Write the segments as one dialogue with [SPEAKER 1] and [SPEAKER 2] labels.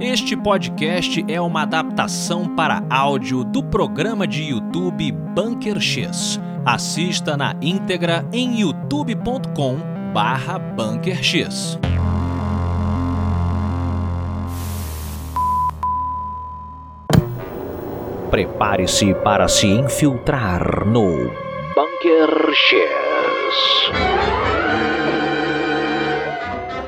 [SPEAKER 1] Este podcast é uma adaptação para áudio do programa de YouTube Bunker X. Assista na íntegra em youtube.com barra Bunker X. Prepare-se para se infiltrar no Bunker X.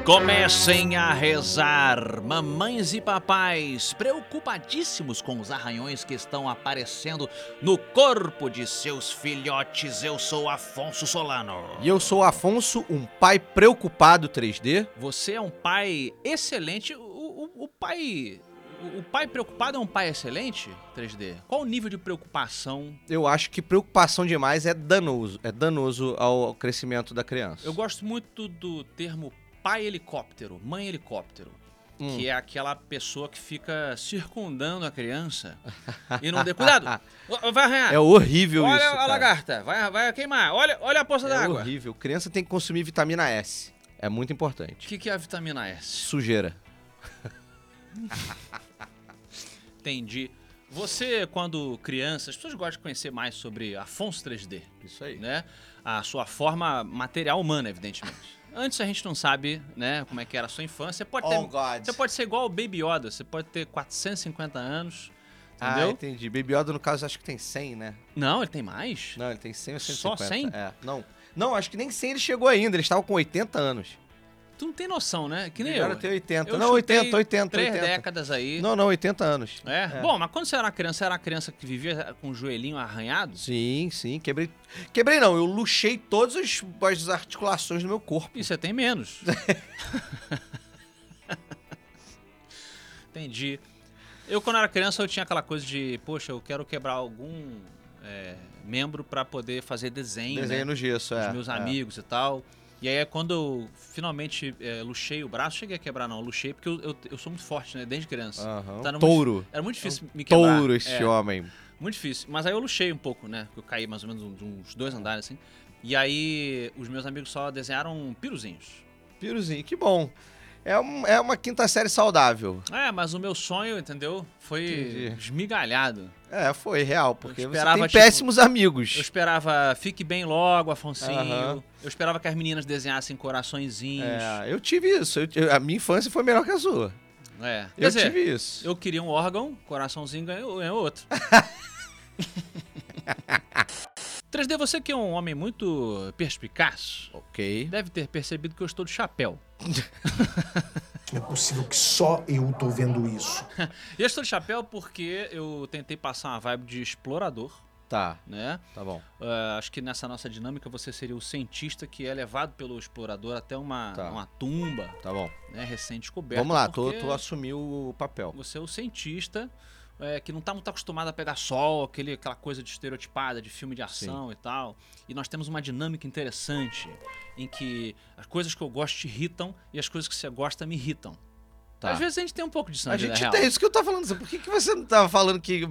[SPEAKER 1] Comecem a rezar, mamães e papais, preocupadíssimos com os arranhões que estão aparecendo no corpo de seus filhotes. Eu sou Afonso Solano.
[SPEAKER 2] E eu sou o Afonso, um pai preocupado 3D.
[SPEAKER 1] Você é um pai excelente. O, o- o pai. o- O pai preocupado é um pai excelente? 3D? Qual o nível de preocupação?
[SPEAKER 2] Eu acho que preocupação demais é danoso, é danoso ao crescimento da criança.
[SPEAKER 1] Eu gosto muito do termo pai helicóptero, mãe helicóptero.
[SPEAKER 2] Hum.
[SPEAKER 1] Que é aquela pessoa que fica circundando a criança e não dê cuidado. Ó, Vai arranhar.
[SPEAKER 2] É horrível
[SPEAKER 1] olha
[SPEAKER 2] isso,
[SPEAKER 1] a
[SPEAKER 2] cara.
[SPEAKER 1] lagarta, vai, vai queimar. Olha, olha a poça
[SPEAKER 2] É
[SPEAKER 1] d'água. O
[SPEAKER 2] horrível. Criança tem que consumir vitamina S. É muito importante.
[SPEAKER 1] que, que é a vitamina S?
[SPEAKER 2] Sujeira.
[SPEAKER 1] Entendi. Você, quando criança, as pessoas gostam de conhecer mais sobre Afonso 3D,
[SPEAKER 2] Isso aí.
[SPEAKER 1] né? A sua forma material humana, evidentemente. Antes a gente não sabe, né, como é que era a sua infância. Pode ter-
[SPEAKER 2] Oh, God.
[SPEAKER 1] Você pode ser igual o Baby Yoda, você pode ter 450 anos,
[SPEAKER 2] Ah,
[SPEAKER 1] entendeu?
[SPEAKER 2] entendi. Baby Yoda, no caso, acho que tem 100, né?
[SPEAKER 1] Não, ele tem mais.
[SPEAKER 2] Não, ele tem 100 ou 150.
[SPEAKER 1] Só 100?
[SPEAKER 2] É. Não. Não, acho que nem 100 ele chegou ainda. Ele estava com 80 anos.
[SPEAKER 1] Tu não tem noção, né? Que nem
[SPEAKER 2] Ele Agora
[SPEAKER 1] eu.
[SPEAKER 2] tem 80.
[SPEAKER 1] Eu
[SPEAKER 2] não, 80,
[SPEAKER 1] chutei
[SPEAKER 2] 80,
[SPEAKER 1] Três
[SPEAKER 2] 80.
[SPEAKER 1] décadas aí.
[SPEAKER 2] Não, não, 80 anos.
[SPEAKER 1] É. Bom, mas quando você era criança, você era a criança que vivia com o joelhinho arranhado?
[SPEAKER 2] Sim, sim, quebrei. Quebrei não, eu luxei todas as, as articulações do meu corpo.
[SPEAKER 1] E você tem menos. Entendi. Eu, quando era criança, eu tinha aquela coisa de, poxa, eu quero quebrar algum é, membro pra poder fazer desenho,
[SPEAKER 2] Desenho
[SPEAKER 1] né?
[SPEAKER 2] no gesso,
[SPEAKER 1] Com
[SPEAKER 2] é.
[SPEAKER 1] os meus
[SPEAKER 2] é.
[SPEAKER 1] amigos e tal. E aí, é quando eu finalmente é, luxei o braço, cheguei a quebrar, não, luxei, porque eu, eu- eu sou muito forte, né? Desde criança.
[SPEAKER 2] Aham.
[SPEAKER 1] Tá no-
[SPEAKER 2] Touro.
[SPEAKER 1] Era muito difícil me quebrar.
[SPEAKER 2] Ah. um Touro esse
[SPEAKER 1] É,
[SPEAKER 2] homem.
[SPEAKER 1] Muito difícil. Mas aí eu luxei um pouco, né? Eu caí mais ou menos uns- uns dois andares, assim. E aí, os meus amigos só desenharam piruzinhos.
[SPEAKER 2] Piruzinho, que bom. É, um- é uma quinta série saudável.
[SPEAKER 1] É, mas o meu sonho, entendeu? Foi
[SPEAKER 2] Entendi.
[SPEAKER 1] esmigalhado.
[SPEAKER 2] É, foi real, porque você
[SPEAKER 1] esperava,
[SPEAKER 2] tem
[SPEAKER 1] tipo,
[SPEAKER 2] péssimos
[SPEAKER 1] Eu
[SPEAKER 2] amigos.
[SPEAKER 1] esperava Fique Bem Logo, Afonsinho.
[SPEAKER 2] Aham.
[SPEAKER 1] Eu esperava que as meninas desenhassem coraçõezinhos. É.
[SPEAKER 2] É, eu tive isso. eu ti- a minha infância foi melhor que a sua.
[SPEAKER 1] É. Quer
[SPEAKER 2] Eu
[SPEAKER 1] dizer,
[SPEAKER 2] tive isso.
[SPEAKER 1] eu queria um órgão, coraçãozinho ganhou ganhou outro. 3D, você que é um homem muito perspicaz,
[SPEAKER 2] Ok.
[SPEAKER 1] deve ter percebido que eu estou de chapéu.
[SPEAKER 3] Não é possível que só eu tô vendo isso.
[SPEAKER 1] E eu estou de chapéu porque eu tentei passar uma vibe de explorador,
[SPEAKER 2] Tá,
[SPEAKER 1] né?
[SPEAKER 2] tá bom.
[SPEAKER 1] Ah, acho que nessa nossa dinâmica você seria o cientista que é levado pelo explorador até uma,
[SPEAKER 2] Tá.
[SPEAKER 1] uma tumba
[SPEAKER 2] Tá bom.
[SPEAKER 1] né, recém-descoberta.
[SPEAKER 2] Vamos lá, tu,
[SPEAKER 1] porque
[SPEAKER 2] tu assumiu o papel.
[SPEAKER 1] Você é o cientista é, que não está muito acostumado a pegar sol, aquele, aquela coisa de estereotipada, de filme de ação e tal. E nós temos uma dinâmica interessante em que as coisas que eu gosto te irritam e as coisas que você gosta me irritam.
[SPEAKER 2] Tá.
[SPEAKER 1] Às vezes a gente tem um pouco disso na
[SPEAKER 2] A
[SPEAKER 1] vida
[SPEAKER 2] gente
[SPEAKER 1] real.
[SPEAKER 2] tem isso que eu tava falando. Por que, que você não tava falando que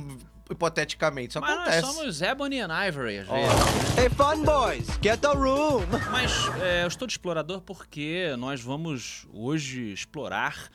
[SPEAKER 2] hipoteticamente isso
[SPEAKER 1] Mas é
[SPEAKER 2] acontece?
[SPEAKER 1] nós somos Ebony and Ivory, às
[SPEAKER 2] Ó.
[SPEAKER 1] vezes.
[SPEAKER 4] Hey, fun boys, get the room.
[SPEAKER 1] Mas é, eu estou de explorador porque nós vamos hoje explorar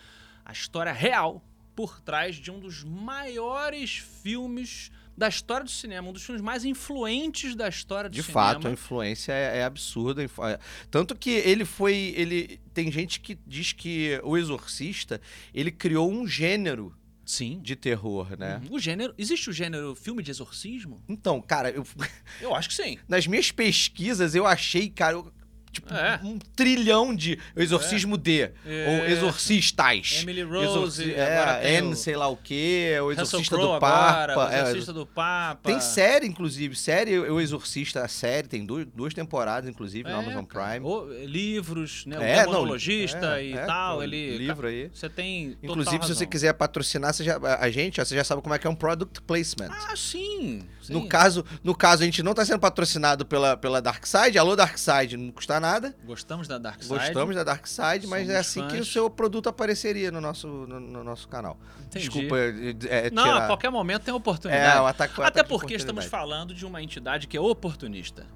[SPEAKER 1] a história real por trás de um dos maiores filmes da história do cinema, um dos filmes mais influentes da história do
[SPEAKER 2] De
[SPEAKER 1] cinema.
[SPEAKER 2] fato, a influência é, é absurda. Inf- é- Tanto que ele foi. ele Tem gente que diz que o Exorcista ele criou um gênero
[SPEAKER 1] Sim.
[SPEAKER 2] de terror, né?
[SPEAKER 1] Uhum. O gênero. Existe o gênero filme de exorcismo?
[SPEAKER 2] Então, cara, eu-
[SPEAKER 1] Eu acho que sim.
[SPEAKER 2] nas minhas pesquisas eu achei, cara, eu- tipo,
[SPEAKER 1] É.
[SPEAKER 2] um trilhão de exorcismo D ou
[SPEAKER 1] É.
[SPEAKER 2] exorcistas.
[SPEAKER 1] Emily Rose,
[SPEAKER 2] Exorci
[SPEAKER 1] agora
[SPEAKER 2] é,
[SPEAKER 1] tem
[SPEAKER 2] N,
[SPEAKER 1] o
[SPEAKER 2] sei lá o quê, é o
[SPEAKER 1] Russell
[SPEAKER 2] Exorcista
[SPEAKER 1] Crowe
[SPEAKER 2] do
[SPEAKER 1] agora,
[SPEAKER 2] Papa.
[SPEAKER 1] o
[SPEAKER 2] é,
[SPEAKER 1] Exorcista do Papa.
[SPEAKER 2] Tem série, inclusive. Série, o Exorcista, a série, tem du- duas temporadas, inclusive, na
[SPEAKER 1] É,
[SPEAKER 2] Amazon
[SPEAKER 1] cara.
[SPEAKER 2] Prime.
[SPEAKER 1] O- livros, né?
[SPEAKER 2] É,
[SPEAKER 1] o
[SPEAKER 2] não,
[SPEAKER 1] demonologista
[SPEAKER 2] é,
[SPEAKER 1] e
[SPEAKER 2] é,
[SPEAKER 1] tal.
[SPEAKER 2] o
[SPEAKER 1] Ele.
[SPEAKER 2] livro aí.
[SPEAKER 1] Você tem. total
[SPEAKER 2] Inclusive, se você
[SPEAKER 1] razão.
[SPEAKER 2] quiser patrocinar você já- a gente, ó, você já sabe como é que é um product placement.
[SPEAKER 1] Ah, sim.
[SPEAKER 2] no,
[SPEAKER 1] sim.
[SPEAKER 2] caso, no caso, a gente não está sendo patrocinado pela, pela Darkside. Alô, Darkside, não custa nada.
[SPEAKER 1] Gostamos da Dark Side.
[SPEAKER 2] Gostamos da Darkside, mas
[SPEAKER 1] Somos
[SPEAKER 2] é assim que o
[SPEAKER 1] fãs.
[SPEAKER 2] seu produto apareceria no nosso, no, no nosso canal.
[SPEAKER 1] Entendi.
[SPEAKER 2] Desculpa é, é,
[SPEAKER 1] Não, a
[SPEAKER 2] tirar...
[SPEAKER 1] qualquer momento tem
[SPEAKER 2] É,
[SPEAKER 1] oportunidade.
[SPEAKER 2] o ataque, o
[SPEAKER 1] Até
[SPEAKER 2] ataque de
[SPEAKER 1] porque estamos
[SPEAKER 2] oportunidade.
[SPEAKER 1] falando de uma entidade que é oportunista.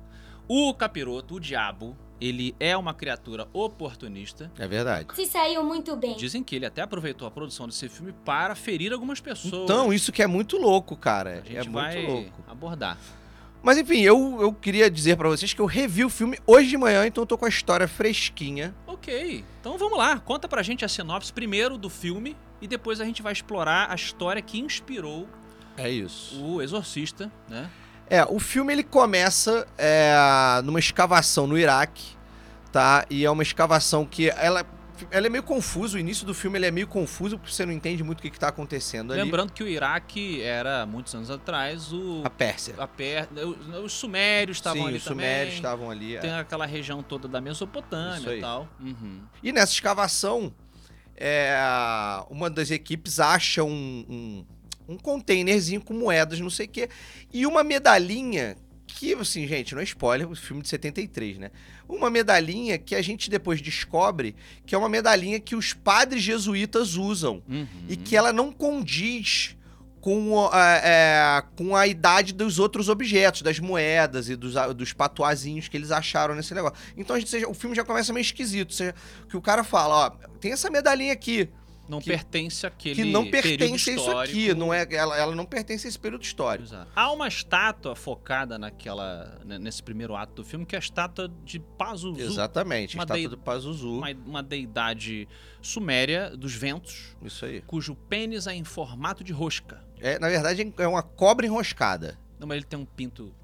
[SPEAKER 1] O capiroto, o diabo, ele é uma criatura oportunista.
[SPEAKER 2] É verdade.
[SPEAKER 5] Se saiu muito bem.
[SPEAKER 1] Dizem que ele até aproveitou a produção desse filme para ferir algumas pessoas.
[SPEAKER 2] Então, isso que é muito louco, cara.
[SPEAKER 1] a
[SPEAKER 2] é
[SPEAKER 1] gente
[SPEAKER 2] muito
[SPEAKER 1] vai
[SPEAKER 2] louco.
[SPEAKER 1] abordar.
[SPEAKER 2] Mas enfim, eu, eu queria dizer pra vocês que eu revi o filme hoje de manhã, então eu tô com a história fresquinha.
[SPEAKER 1] Ok, então vamos lá. Conta pra gente a sinopse primeiro do filme e depois a gente vai explorar a história que inspirou
[SPEAKER 2] É isso.
[SPEAKER 1] o Exorcista, né?
[SPEAKER 2] É, o filme ele começa é, numa escavação no Iraque, tá? E é uma escavação que ela, ela é meio confusa, o início do filme ele é meio confuso porque você não entende muito o que, que tá acontecendo ali.
[SPEAKER 1] Lembrando que o Iraque era, muitos anos atrás, o.
[SPEAKER 2] A Pérsia.
[SPEAKER 1] A per... o- Os sumérios estavam
[SPEAKER 2] Sim,
[SPEAKER 1] ali
[SPEAKER 2] os
[SPEAKER 1] também.
[SPEAKER 2] sumérios estavam ali. é.
[SPEAKER 1] Tem aquela região toda da
[SPEAKER 2] Isso
[SPEAKER 1] Mesopotâmia
[SPEAKER 2] aí.
[SPEAKER 1] e tal. Uhum.
[SPEAKER 2] E nessa escavação, é, uma das equipes acha um, um, um containerzinho com moedas, não sei o quê, e uma medalhinha que, assim, gente, não é spoiler, o filme de 73, né? Uma medalhinha que a gente depois descobre que é uma medalhinha que os padres jesuítas usam
[SPEAKER 1] Uhum.
[SPEAKER 2] e que ela não condiz com, o- a- é, com a idade dos outros objetos, das moedas e dos, a- dos patuazinhos que eles acharam nesse negócio. Então a gente, seja, o filme já começa meio esquisito. Seja, que o cara fala, ó, tem essa medalhinha aqui,
[SPEAKER 1] Não
[SPEAKER 2] que-
[SPEAKER 1] pertence àquele.
[SPEAKER 2] que não
[SPEAKER 1] período
[SPEAKER 2] pertence a isso
[SPEAKER 1] histórico.
[SPEAKER 2] aqui, não é, ela, ela não pertence a esse período histórico.
[SPEAKER 1] Exato. Há uma estátua focada naquela né, nesse primeiro ato do filme que é a estátua de Pazuzu,
[SPEAKER 2] Exatamente,
[SPEAKER 1] Uma
[SPEAKER 2] estátua
[SPEAKER 1] dei-
[SPEAKER 2] do Pazuzu,
[SPEAKER 1] uma, uma deidade suméria dos ventos,
[SPEAKER 2] isso aí.
[SPEAKER 1] cujo pênis é em formato de rosca.
[SPEAKER 2] É, na verdade é uma cobra enroscada,
[SPEAKER 1] Não, mas ele tem um pinto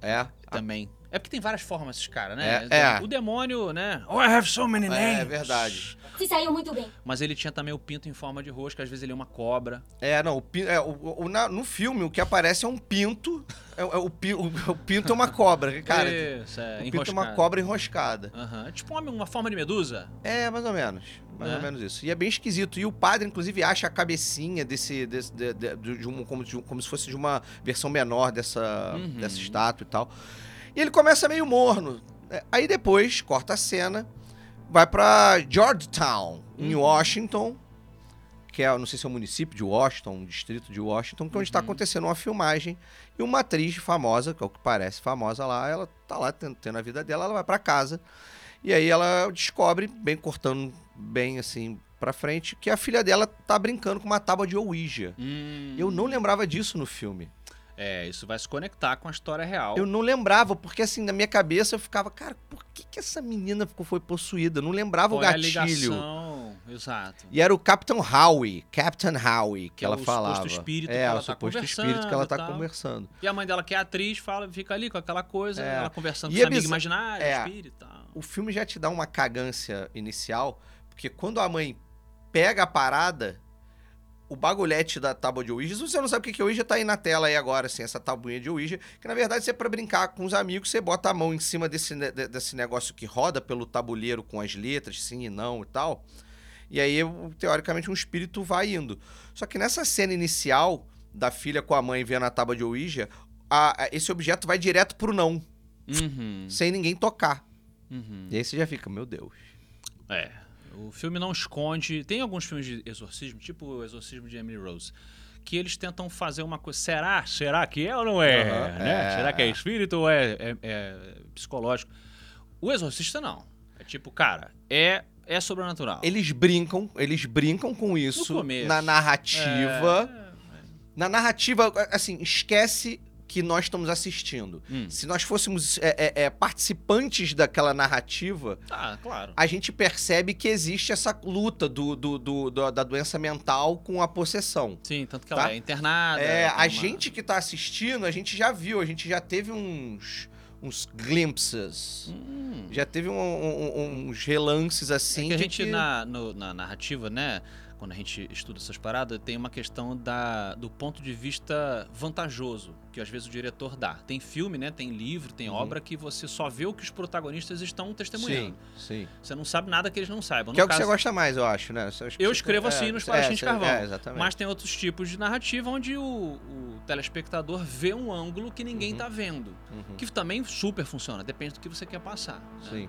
[SPEAKER 2] é.
[SPEAKER 1] também. É porque tem várias formas esses caras,
[SPEAKER 2] É,
[SPEAKER 1] né?
[SPEAKER 2] é.
[SPEAKER 1] O demônio, né? Oh, I have so many
[SPEAKER 2] É,
[SPEAKER 1] names.
[SPEAKER 2] é verdade.
[SPEAKER 5] Se saiu muito bem.
[SPEAKER 1] Mas ele tinha também o pinto em forma de rosca, às vezes ele é uma cobra.
[SPEAKER 2] É, não, o, pin- é, o- o- na- no filme o que aparece é um pinto, é, é o, pi- o- o pinto é uma cobra, cara.
[SPEAKER 1] Isso, é,
[SPEAKER 2] O pinto é uma
[SPEAKER 1] enroscado.
[SPEAKER 2] cobra enroscada.
[SPEAKER 1] Aham. É Tipo uma, uma forma de medusa.
[SPEAKER 2] É, mais ou menos. Mais
[SPEAKER 1] Né?
[SPEAKER 2] ou menos isso. E é bem esquisito. E o padre, inclusive, acha a cabecinha desse. desse de, de- de- de um- como, de um- como se fosse de uma versão menor dessa,
[SPEAKER 1] Uhum.
[SPEAKER 2] dessa estátua e tal. E ele começa meio morno. É, Aí depois, corta a cena, vai pra Georgetown, em
[SPEAKER 1] Uhum.
[SPEAKER 2] Washington. Que é, eu não sei se é um município de Washington, um distrito de Washington, que é onde está
[SPEAKER 1] Uhum.
[SPEAKER 2] acontecendo uma filmagem. E uma atriz famosa, que é o que parece famosa lá, ela tá lá tendo, tendo a vida dela, ela vai pra casa. E aí ela descobre, bem cortando bem assim pra frente, que a filha dela tá brincando com uma tábua de Ouija.
[SPEAKER 1] Hum.
[SPEAKER 2] Eu não lembrava disso no filme.
[SPEAKER 1] É, isso vai se conectar com a história real.
[SPEAKER 2] Eu não lembrava, porque assim, na minha cabeça eu ficava, cara, por que, que essa menina ficou- foi possuída? Eu não lembrava
[SPEAKER 1] Qual
[SPEAKER 2] o
[SPEAKER 1] é a
[SPEAKER 2] gatilho.
[SPEAKER 1] ligação? Exato.
[SPEAKER 2] E era o Captain Howie, Captain Howie, que,
[SPEAKER 1] Que é
[SPEAKER 2] ela
[SPEAKER 1] o suposto
[SPEAKER 2] falava.
[SPEAKER 1] espírito
[SPEAKER 2] é,
[SPEAKER 1] que ela
[SPEAKER 2] o
[SPEAKER 1] tá
[SPEAKER 2] suposto espírito que ela
[SPEAKER 1] conversando e
[SPEAKER 2] tá
[SPEAKER 1] tal.
[SPEAKER 2] conversando.
[SPEAKER 1] E a mãe dela, que é atriz, fala, fica ali com aquela coisa,
[SPEAKER 2] É.
[SPEAKER 1] ela conversando
[SPEAKER 2] E
[SPEAKER 1] com
[SPEAKER 2] é
[SPEAKER 1] os amigos
[SPEAKER 2] bizar-
[SPEAKER 1] imaginários,
[SPEAKER 2] é.
[SPEAKER 1] espírito e tal.
[SPEAKER 2] O filme já te dá uma cagância inicial, porque quando a mãe pega a parada, o bagulhete da tábua de Ouija, se você não sabe o que que é Ouija, tá aí na tela aí agora, assim, essa tabuinha de Ouija, que na verdade isso é pra brincar com os amigos, você bota a mão em cima desse, ne- de- desse negócio que roda pelo tabuleiro com as letras, sim e não e tal. E aí, o- teoricamente, um espírito vai indo. Só que nessa cena inicial da filha com a mãe vendo a tábua de Ouija, a- a- esse objeto vai direto pro não,
[SPEAKER 1] Uhum,
[SPEAKER 2] sem ninguém tocar.
[SPEAKER 1] uhum.
[SPEAKER 2] E aí você Hum. já fica, meu Deus.
[SPEAKER 1] É. O filme não esconde. Tem alguns filmes de exorcismo, tipo o exorcismo de Emily Rose, que eles tentam fazer uma coisa. Será? Será que é ou não é?
[SPEAKER 2] Aham,
[SPEAKER 1] né?
[SPEAKER 2] é.
[SPEAKER 1] Será que é espírito ou é, é- é psicológico? O exorcista não. É tipo, cara, é, é sobrenatural.
[SPEAKER 2] Eles brincam, eles brincam com isso
[SPEAKER 1] começo.
[SPEAKER 2] na narrativa.
[SPEAKER 1] É,
[SPEAKER 2] Na narrativa, assim, esquece que nós estamos assistindo.
[SPEAKER 1] Hum.
[SPEAKER 2] Se nós fôssemos é, é, é, participantes daquela narrativa,
[SPEAKER 1] Tá, claro.
[SPEAKER 2] a gente percebe que existe essa luta do, do- do- do- da doença mental com a possessão.
[SPEAKER 1] Sim, tanto que
[SPEAKER 2] Tá?
[SPEAKER 1] ela é internada. tem
[SPEAKER 2] É, a
[SPEAKER 1] uma-
[SPEAKER 2] gente que tá assistindo, a gente já viu, a gente já teve uns, uns glimpses.
[SPEAKER 1] Hum.
[SPEAKER 2] Já teve um- um- uns relances
[SPEAKER 1] É
[SPEAKER 2] assim.
[SPEAKER 1] que a
[SPEAKER 2] de
[SPEAKER 1] gente, Na, no- na narrativa, né? Quando a gente estuda essas paradas, tem uma questão da, do ponto de vista vantajoso, que às vezes o diretor dá. Tem filme, né? Tem livro, tem
[SPEAKER 2] Uhum.
[SPEAKER 1] obra que você só vê o que os protagonistas estão
[SPEAKER 2] Sim,
[SPEAKER 1] testemunhando.
[SPEAKER 2] sim.
[SPEAKER 1] Você não sabe nada que eles não saibam.
[SPEAKER 2] Que
[SPEAKER 1] No
[SPEAKER 2] é o que você
[SPEAKER 1] caso,
[SPEAKER 2] gosta mais, eu acho, né?
[SPEAKER 1] Eu escrevo assim nos Palestrinhos de Carvão.
[SPEAKER 2] é, exatamente.
[SPEAKER 1] Mas tem outros tipos de narrativa onde o, o telespectador vê um ângulo que ninguém
[SPEAKER 2] Uhum.
[SPEAKER 1] tá vendo.
[SPEAKER 2] Uhum,
[SPEAKER 1] Que também super funciona, depende do que você quer passar. né?
[SPEAKER 2] Sim.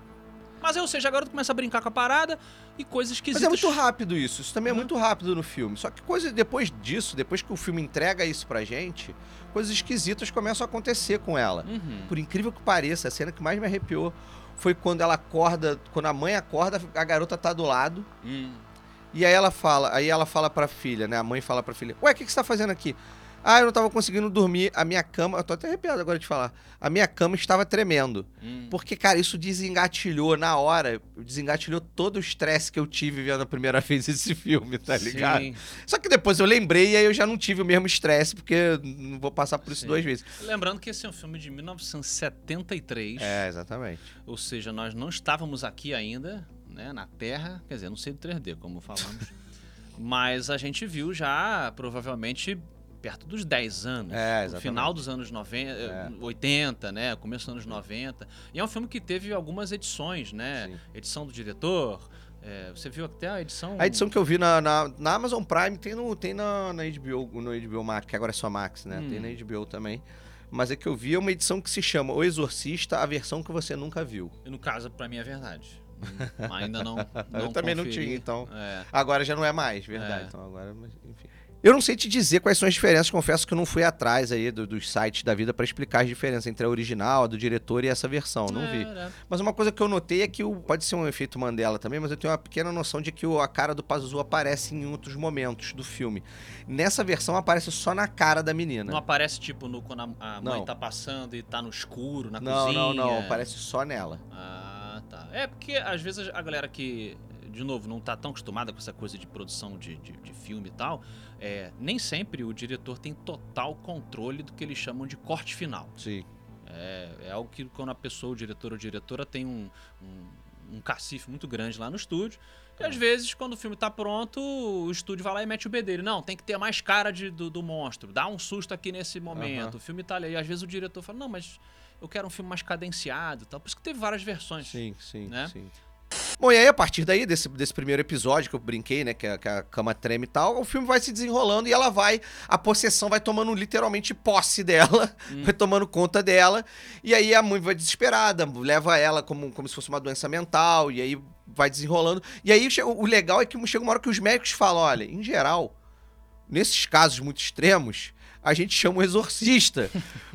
[SPEAKER 1] Mas aí, ou seja, a garota começa a brincar com a parada e coisas
[SPEAKER 2] Mas
[SPEAKER 1] esquisitas.
[SPEAKER 2] é muito rápido isso. Isso
[SPEAKER 1] Uhum.
[SPEAKER 2] também é muito rápido no filme. Só que coisa depois disso, depois que o filme entrega isso pra gente, coisas esquisitas começam a acontecer com ela.
[SPEAKER 1] Uhum.
[SPEAKER 2] Por incrível que pareça, a cena que mais me arrepiou foi quando ela acorda, quando a mãe acorda, a garota tá do lado.
[SPEAKER 1] Hum.
[SPEAKER 2] E aí ela fala, aí ela fala pra filha, né? A mãe fala pra filha, ué, o que, que você tá fazendo aqui? Ah, eu não tava conseguindo dormir, a minha cama. Eu tô até arrepiado agora de falar. A minha cama estava tremendo.
[SPEAKER 1] Hum.
[SPEAKER 2] Porque, cara, isso desengatilhou na hora, desengatilhou todo o estresse que eu tive vendo a primeira vez esse filme, tá ligado?
[SPEAKER 1] Sim.
[SPEAKER 2] Só que depois eu lembrei e aí eu já não tive o mesmo estresse, porque eu não vou passar por isso
[SPEAKER 1] Sim.
[SPEAKER 2] duas vezes.
[SPEAKER 1] Lembrando que esse é um filme de 1973.
[SPEAKER 2] É, exatamente.
[SPEAKER 1] Ou seja, nós não estávamos aqui ainda, né, na Terra, quer dizer, não sei do 3D, como falamos, mas a gente viu já, provavelmente, perto dos 10 anos.
[SPEAKER 2] É,
[SPEAKER 1] no
[SPEAKER 2] exatamente. É.
[SPEAKER 1] final né? dos anos 90, eh, 80, né, começo dos anos 90. E é um filme que teve algumas edições, né,
[SPEAKER 2] Sim.
[SPEAKER 1] edição do diretor, eh, você viu até a edição...
[SPEAKER 2] A edição que eu vi na, na, na Amazon Prime tem, no, tem na, na HBO, no HBO Max, que agora é só Max, né?
[SPEAKER 1] Hum.
[SPEAKER 2] Tem na HBO também. Mas a que eu vi é uma edição que se chama O Exorcista, a versão que você nunca viu.
[SPEAKER 1] No caso, pra mim, é verdade. Hum, Ainda não, não
[SPEAKER 2] eu também não
[SPEAKER 1] conferi.
[SPEAKER 2] tinha, então.
[SPEAKER 1] É.
[SPEAKER 2] Agora já não é mais, verdade.
[SPEAKER 1] É.
[SPEAKER 2] Então agora, mas, enfim. Eu não sei te dizer quais são as diferenças, confesso que eu não fui atrás aí do- dos sites da vida pra explicar as diferenças entre a original, a do diretor e essa versão, não
[SPEAKER 1] É,
[SPEAKER 2] vi.
[SPEAKER 1] né?
[SPEAKER 2] Mas uma coisa que eu notei é que o- pode ser um efeito Mandela também, mas eu tenho uma pequena noção de que o- a cara do Pazuzu aparece em outros momentos do filme. Nessa versão aparece só na cara da menina.
[SPEAKER 1] Não aparece, tipo, no, quando a, a mãe
[SPEAKER 2] né? Não.
[SPEAKER 1] tá passando e tá no escuro, na
[SPEAKER 2] não,
[SPEAKER 1] cozinha.
[SPEAKER 2] não, não, aparece só nela.
[SPEAKER 1] Ah, tá. É porque às vezes a galera que, de novo, não tá tão acostumada com essa coisa de produção de, de, de filme e tal, é, nem sempre o diretor tem total controle do que eles chamam de corte final.
[SPEAKER 2] Sim.
[SPEAKER 1] É, é algo que quando a pessoa, o diretor ou diretora, tem um, um, um cacife muito grande lá no estúdio. E
[SPEAKER 2] É.
[SPEAKER 1] às vezes, quando o filme tá pronto, o estúdio vai lá e mete o B dele. Não, tem que ter mais cara de- do, do monstro. Dá um susto aqui nesse momento.
[SPEAKER 2] Aham.
[SPEAKER 1] O filme tá ali. E às vezes o diretor fala, não, mas eu quero um filme mais cadenciado e tal. Por isso que teve várias versões.
[SPEAKER 2] Sim, sim,
[SPEAKER 1] Né?
[SPEAKER 2] sim. Bom, e aí, a partir daí, desse, desse primeiro episódio que eu brinquei, né? Que a, que a cama treme e tal, o filme vai se desenrolando e ela vai. A possessão vai tomando literalmente posse dela,
[SPEAKER 1] Hum.
[SPEAKER 2] vai tomando conta dela. E aí a mãe vai desesperada, leva ela como, como se fosse uma doença mental, e aí vai desenrolando. E aí chega- o legal é que chega uma hora que os médicos falam: olha, em geral, nesses casos muito extremos, a gente chama o exorcista.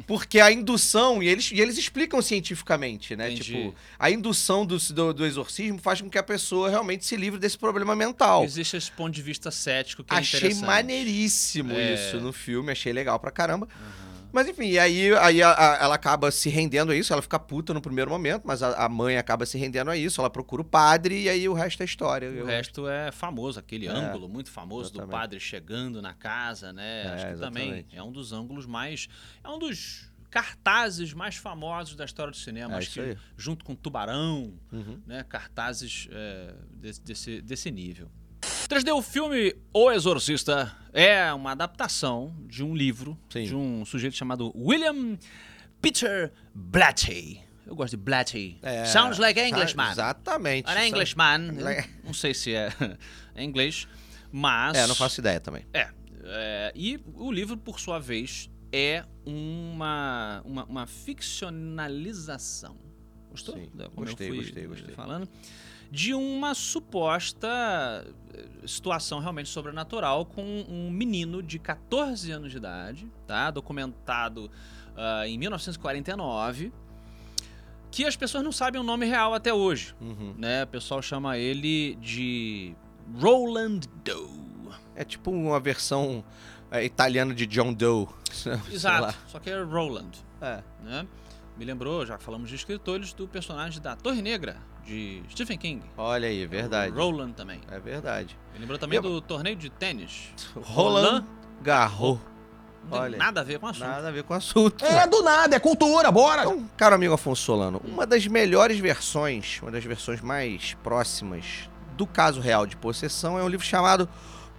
[SPEAKER 2] porque a indução, e eles, e eles explicam cientificamente, né?
[SPEAKER 1] Entendi.
[SPEAKER 2] Tipo, a indução do, do, do exorcismo faz com que a pessoa realmente se livre desse problema mental.
[SPEAKER 1] Existe esse ponto de vista cético que é
[SPEAKER 2] Achei
[SPEAKER 1] interessante.
[SPEAKER 2] maneiríssimo
[SPEAKER 1] É.
[SPEAKER 2] isso no filme, achei legal pra caramba. Mas enfim, e aí, aí a- a- ela acaba se rendendo a isso, ela fica puta no primeiro momento, mas a, a mãe acaba se rendendo a isso, ela procura o padre e aí o resto é história.
[SPEAKER 1] O
[SPEAKER 2] Eu-
[SPEAKER 1] resto é famoso, aquele
[SPEAKER 2] É,
[SPEAKER 1] ângulo muito famoso do
[SPEAKER 2] exatamente.
[SPEAKER 1] padre chegando na casa, né?
[SPEAKER 2] É,
[SPEAKER 1] Acho que também
[SPEAKER 2] exatamente.
[SPEAKER 1] é um dos ângulos mais. É um dos cartazes mais famosos da história do cinema.
[SPEAKER 2] É
[SPEAKER 1] Acho
[SPEAKER 2] isso
[SPEAKER 1] que
[SPEAKER 2] aí.
[SPEAKER 1] junto com Tubarão,
[SPEAKER 2] Uhum.
[SPEAKER 1] né? Cartazes é, desse, desse, desse nível. 3D, o filme O Exorcista é uma adaptação de um livro
[SPEAKER 2] Sim.
[SPEAKER 1] de um sujeito chamado William Peter Blatty. Eu gosto de Blatty.
[SPEAKER 2] É,
[SPEAKER 1] Sounds like Englishman.
[SPEAKER 2] Exatamente.
[SPEAKER 1] An Englishman.
[SPEAKER 2] Le-
[SPEAKER 1] Não sei se é em inglês, mas.
[SPEAKER 2] É, não faço ideia também.
[SPEAKER 1] É, é, E o livro, por sua vez, é uma, uma, uma ficcionalização. Gostou?
[SPEAKER 2] Sim,
[SPEAKER 1] Da- como eu
[SPEAKER 2] gostei,
[SPEAKER 1] fui,
[SPEAKER 2] gostei,
[SPEAKER 1] eh,
[SPEAKER 2] gostei.
[SPEAKER 1] Falando. De uma suposta eh, situação realmente sobrenatural com um menino de 14 anos de idade, tá? Documentado ah, em 1949, que as pessoas não sabem o nome real até hoje
[SPEAKER 2] Uhum.
[SPEAKER 1] né? O pessoal chama ele de Roland Doe.
[SPEAKER 2] É tipo uma versão é, italiana de John Doe. Sei
[SPEAKER 1] Exato,
[SPEAKER 2] lá.
[SPEAKER 1] só que é Roland,
[SPEAKER 2] É.
[SPEAKER 1] né? Me lembrou, já que falamos de escritores, do personagem da Torre Negra, de Stephen King.
[SPEAKER 2] Olha aí, verdade.
[SPEAKER 1] Roland também.
[SPEAKER 2] É verdade.
[SPEAKER 1] Me lembrou também
[SPEAKER 2] Lembra-
[SPEAKER 1] do torneio de tênis.
[SPEAKER 2] Roland Garros.
[SPEAKER 1] Não tem
[SPEAKER 2] Olha aí.
[SPEAKER 1] nada a ver com o assunto.
[SPEAKER 2] Nada a ver com o assunto.
[SPEAKER 4] É do nada, é cultura, bora!
[SPEAKER 2] Então, caro amigo Afonso Solano, uma das melhores versões, uma das versões mais próximas do caso real de possessão é um livro chamado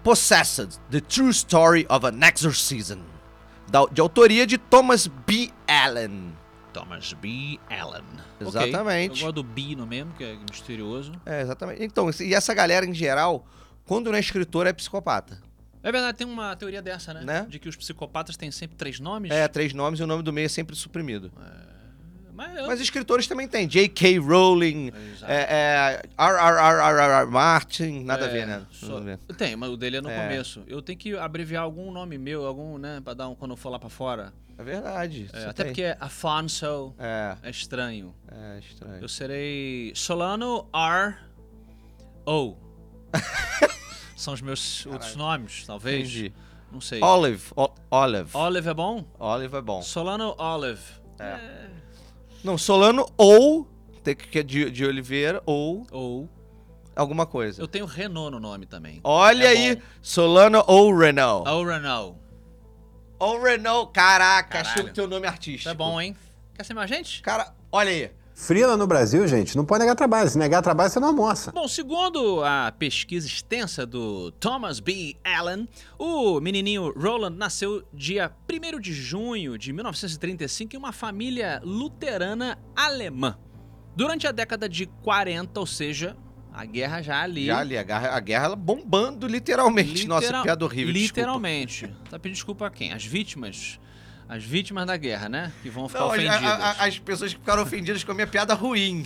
[SPEAKER 2] Possessed: The True Story of an Exorcism, da- de autoria de Thomas B. Allen.
[SPEAKER 1] Thomas B. Allen. Ok,
[SPEAKER 2] Exatamente.
[SPEAKER 1] Eu gosto do B no mesmo, que é misterioso.
[SPEAKER 2] É, exatamente. Então, e essa galera em geral, quando não é escritora, é psicopata.
[SPEAKER 1] É verdade, tem uma teoria dessa, né?
[SPEAKER 2] Né?
[SPEAKER 1] De que os psicopatas têm sempre três nomes.
[SPEAKER 2] É, três nomes e o nome do meio é sempre é suprimido.
[SPEAKER 1] Mas eu-
[SPEAKER 2] Mas escritores também tem. J.K. Rowling,
[SPEAKER 1] Exato.
[SPEAKER 2] é, é, R.R.R.R.R. Martin, nada a
[SPEAKER 1] É,
[SPEAKER 2] ver, né?
[SPEAKER 1] só-
[SPEAKER 2] Nada a ver.
[SPEAKER 1] Tem, mas o dele é no
[SPEAKER 2] É.
[SPEAKER 1] começo. Eu tenho que abreviar algum nome meu, algum, né, pra dar um quando eu for lá pra fora.
[SPEAKER 2] É verdade.
[SPEAKER 1] É,
[SPEAKER 2] você
[SPEAKER 1] até
[SPEAKER 2] tem.
[SPEAKER 1] porque é Afonso
[SPEAKER 2] É,
[SPEAKER 1] é estranho.
[SPEAKER 2] é estranho.
[SPEAKER 1] Eu serei Solano R. O. São os meus outros nomes, talvez.
[SPEAKER 2] Entendi.
[SPEAKER 1] Não sei.
[SPEAKER 2] Olive, o- Olive.
[SPEAKER 1] Olive é bom?
[SPEAKER 2] Olive é bom.
[SPEAKER 1] Solano Olive. É.
[SPEAKER 2] Não, Solano ou, tem que que é de, de Oliveira, ou
[SPEAKER 1] Ou.
[SPEAKER 2] alguma coisa.
[SPEAKER 1] Eu tenho Renault no nome também.
[SPEAKER 2] Olha
[SPEAKER 1] É
[SPEAKER 2] aí,
[SPEAKER 1] bom.
[SPEAKER 2] Solano ou Renault.
[SPEAKER 1] Ou Renault.
[SPEAKER 2] Ou Renault, caraca,
[SPEAKER 1] Caralho.
[SPEAKER 2] achei o teu nome artístico.
[SPEAKER 1] Isso é bom, hein? Quer ser mais gente?
[SPEAKER 2] Cara, olha aí.
[SPEAKER 5] Frila no Brasil, gente, não pode negar trabalho. Se negar trabalho, você é não almoça.
[SPEAKER 1] Bom, segundo a pesquisa extensa do Thomas B. Allen, o menininho Roland nasceu dia 1 de junho de 1935 em uma família luterana alemã. Durante a década de 40, ou seja, a guerra já ali.
[SPEAKER 2] Já ali, a guerra, a guerra ela bombando literalmente. Nossa,
[SPEAKER 1] Literal-
[SPEAKER 2] piada horrível, desculpa.
[SPEAKER 1] Literalmente. Tá pedindo desculpa a quem? As vítimas. As vítimas da guerra, né? Que vão ficar
[SPEAKER 2] Não, a-
[SPEAKER 1] ofendidas.
[SPEAKER 2] a- a- as pessoas que ficaram ofendidas com a minha piada ruim.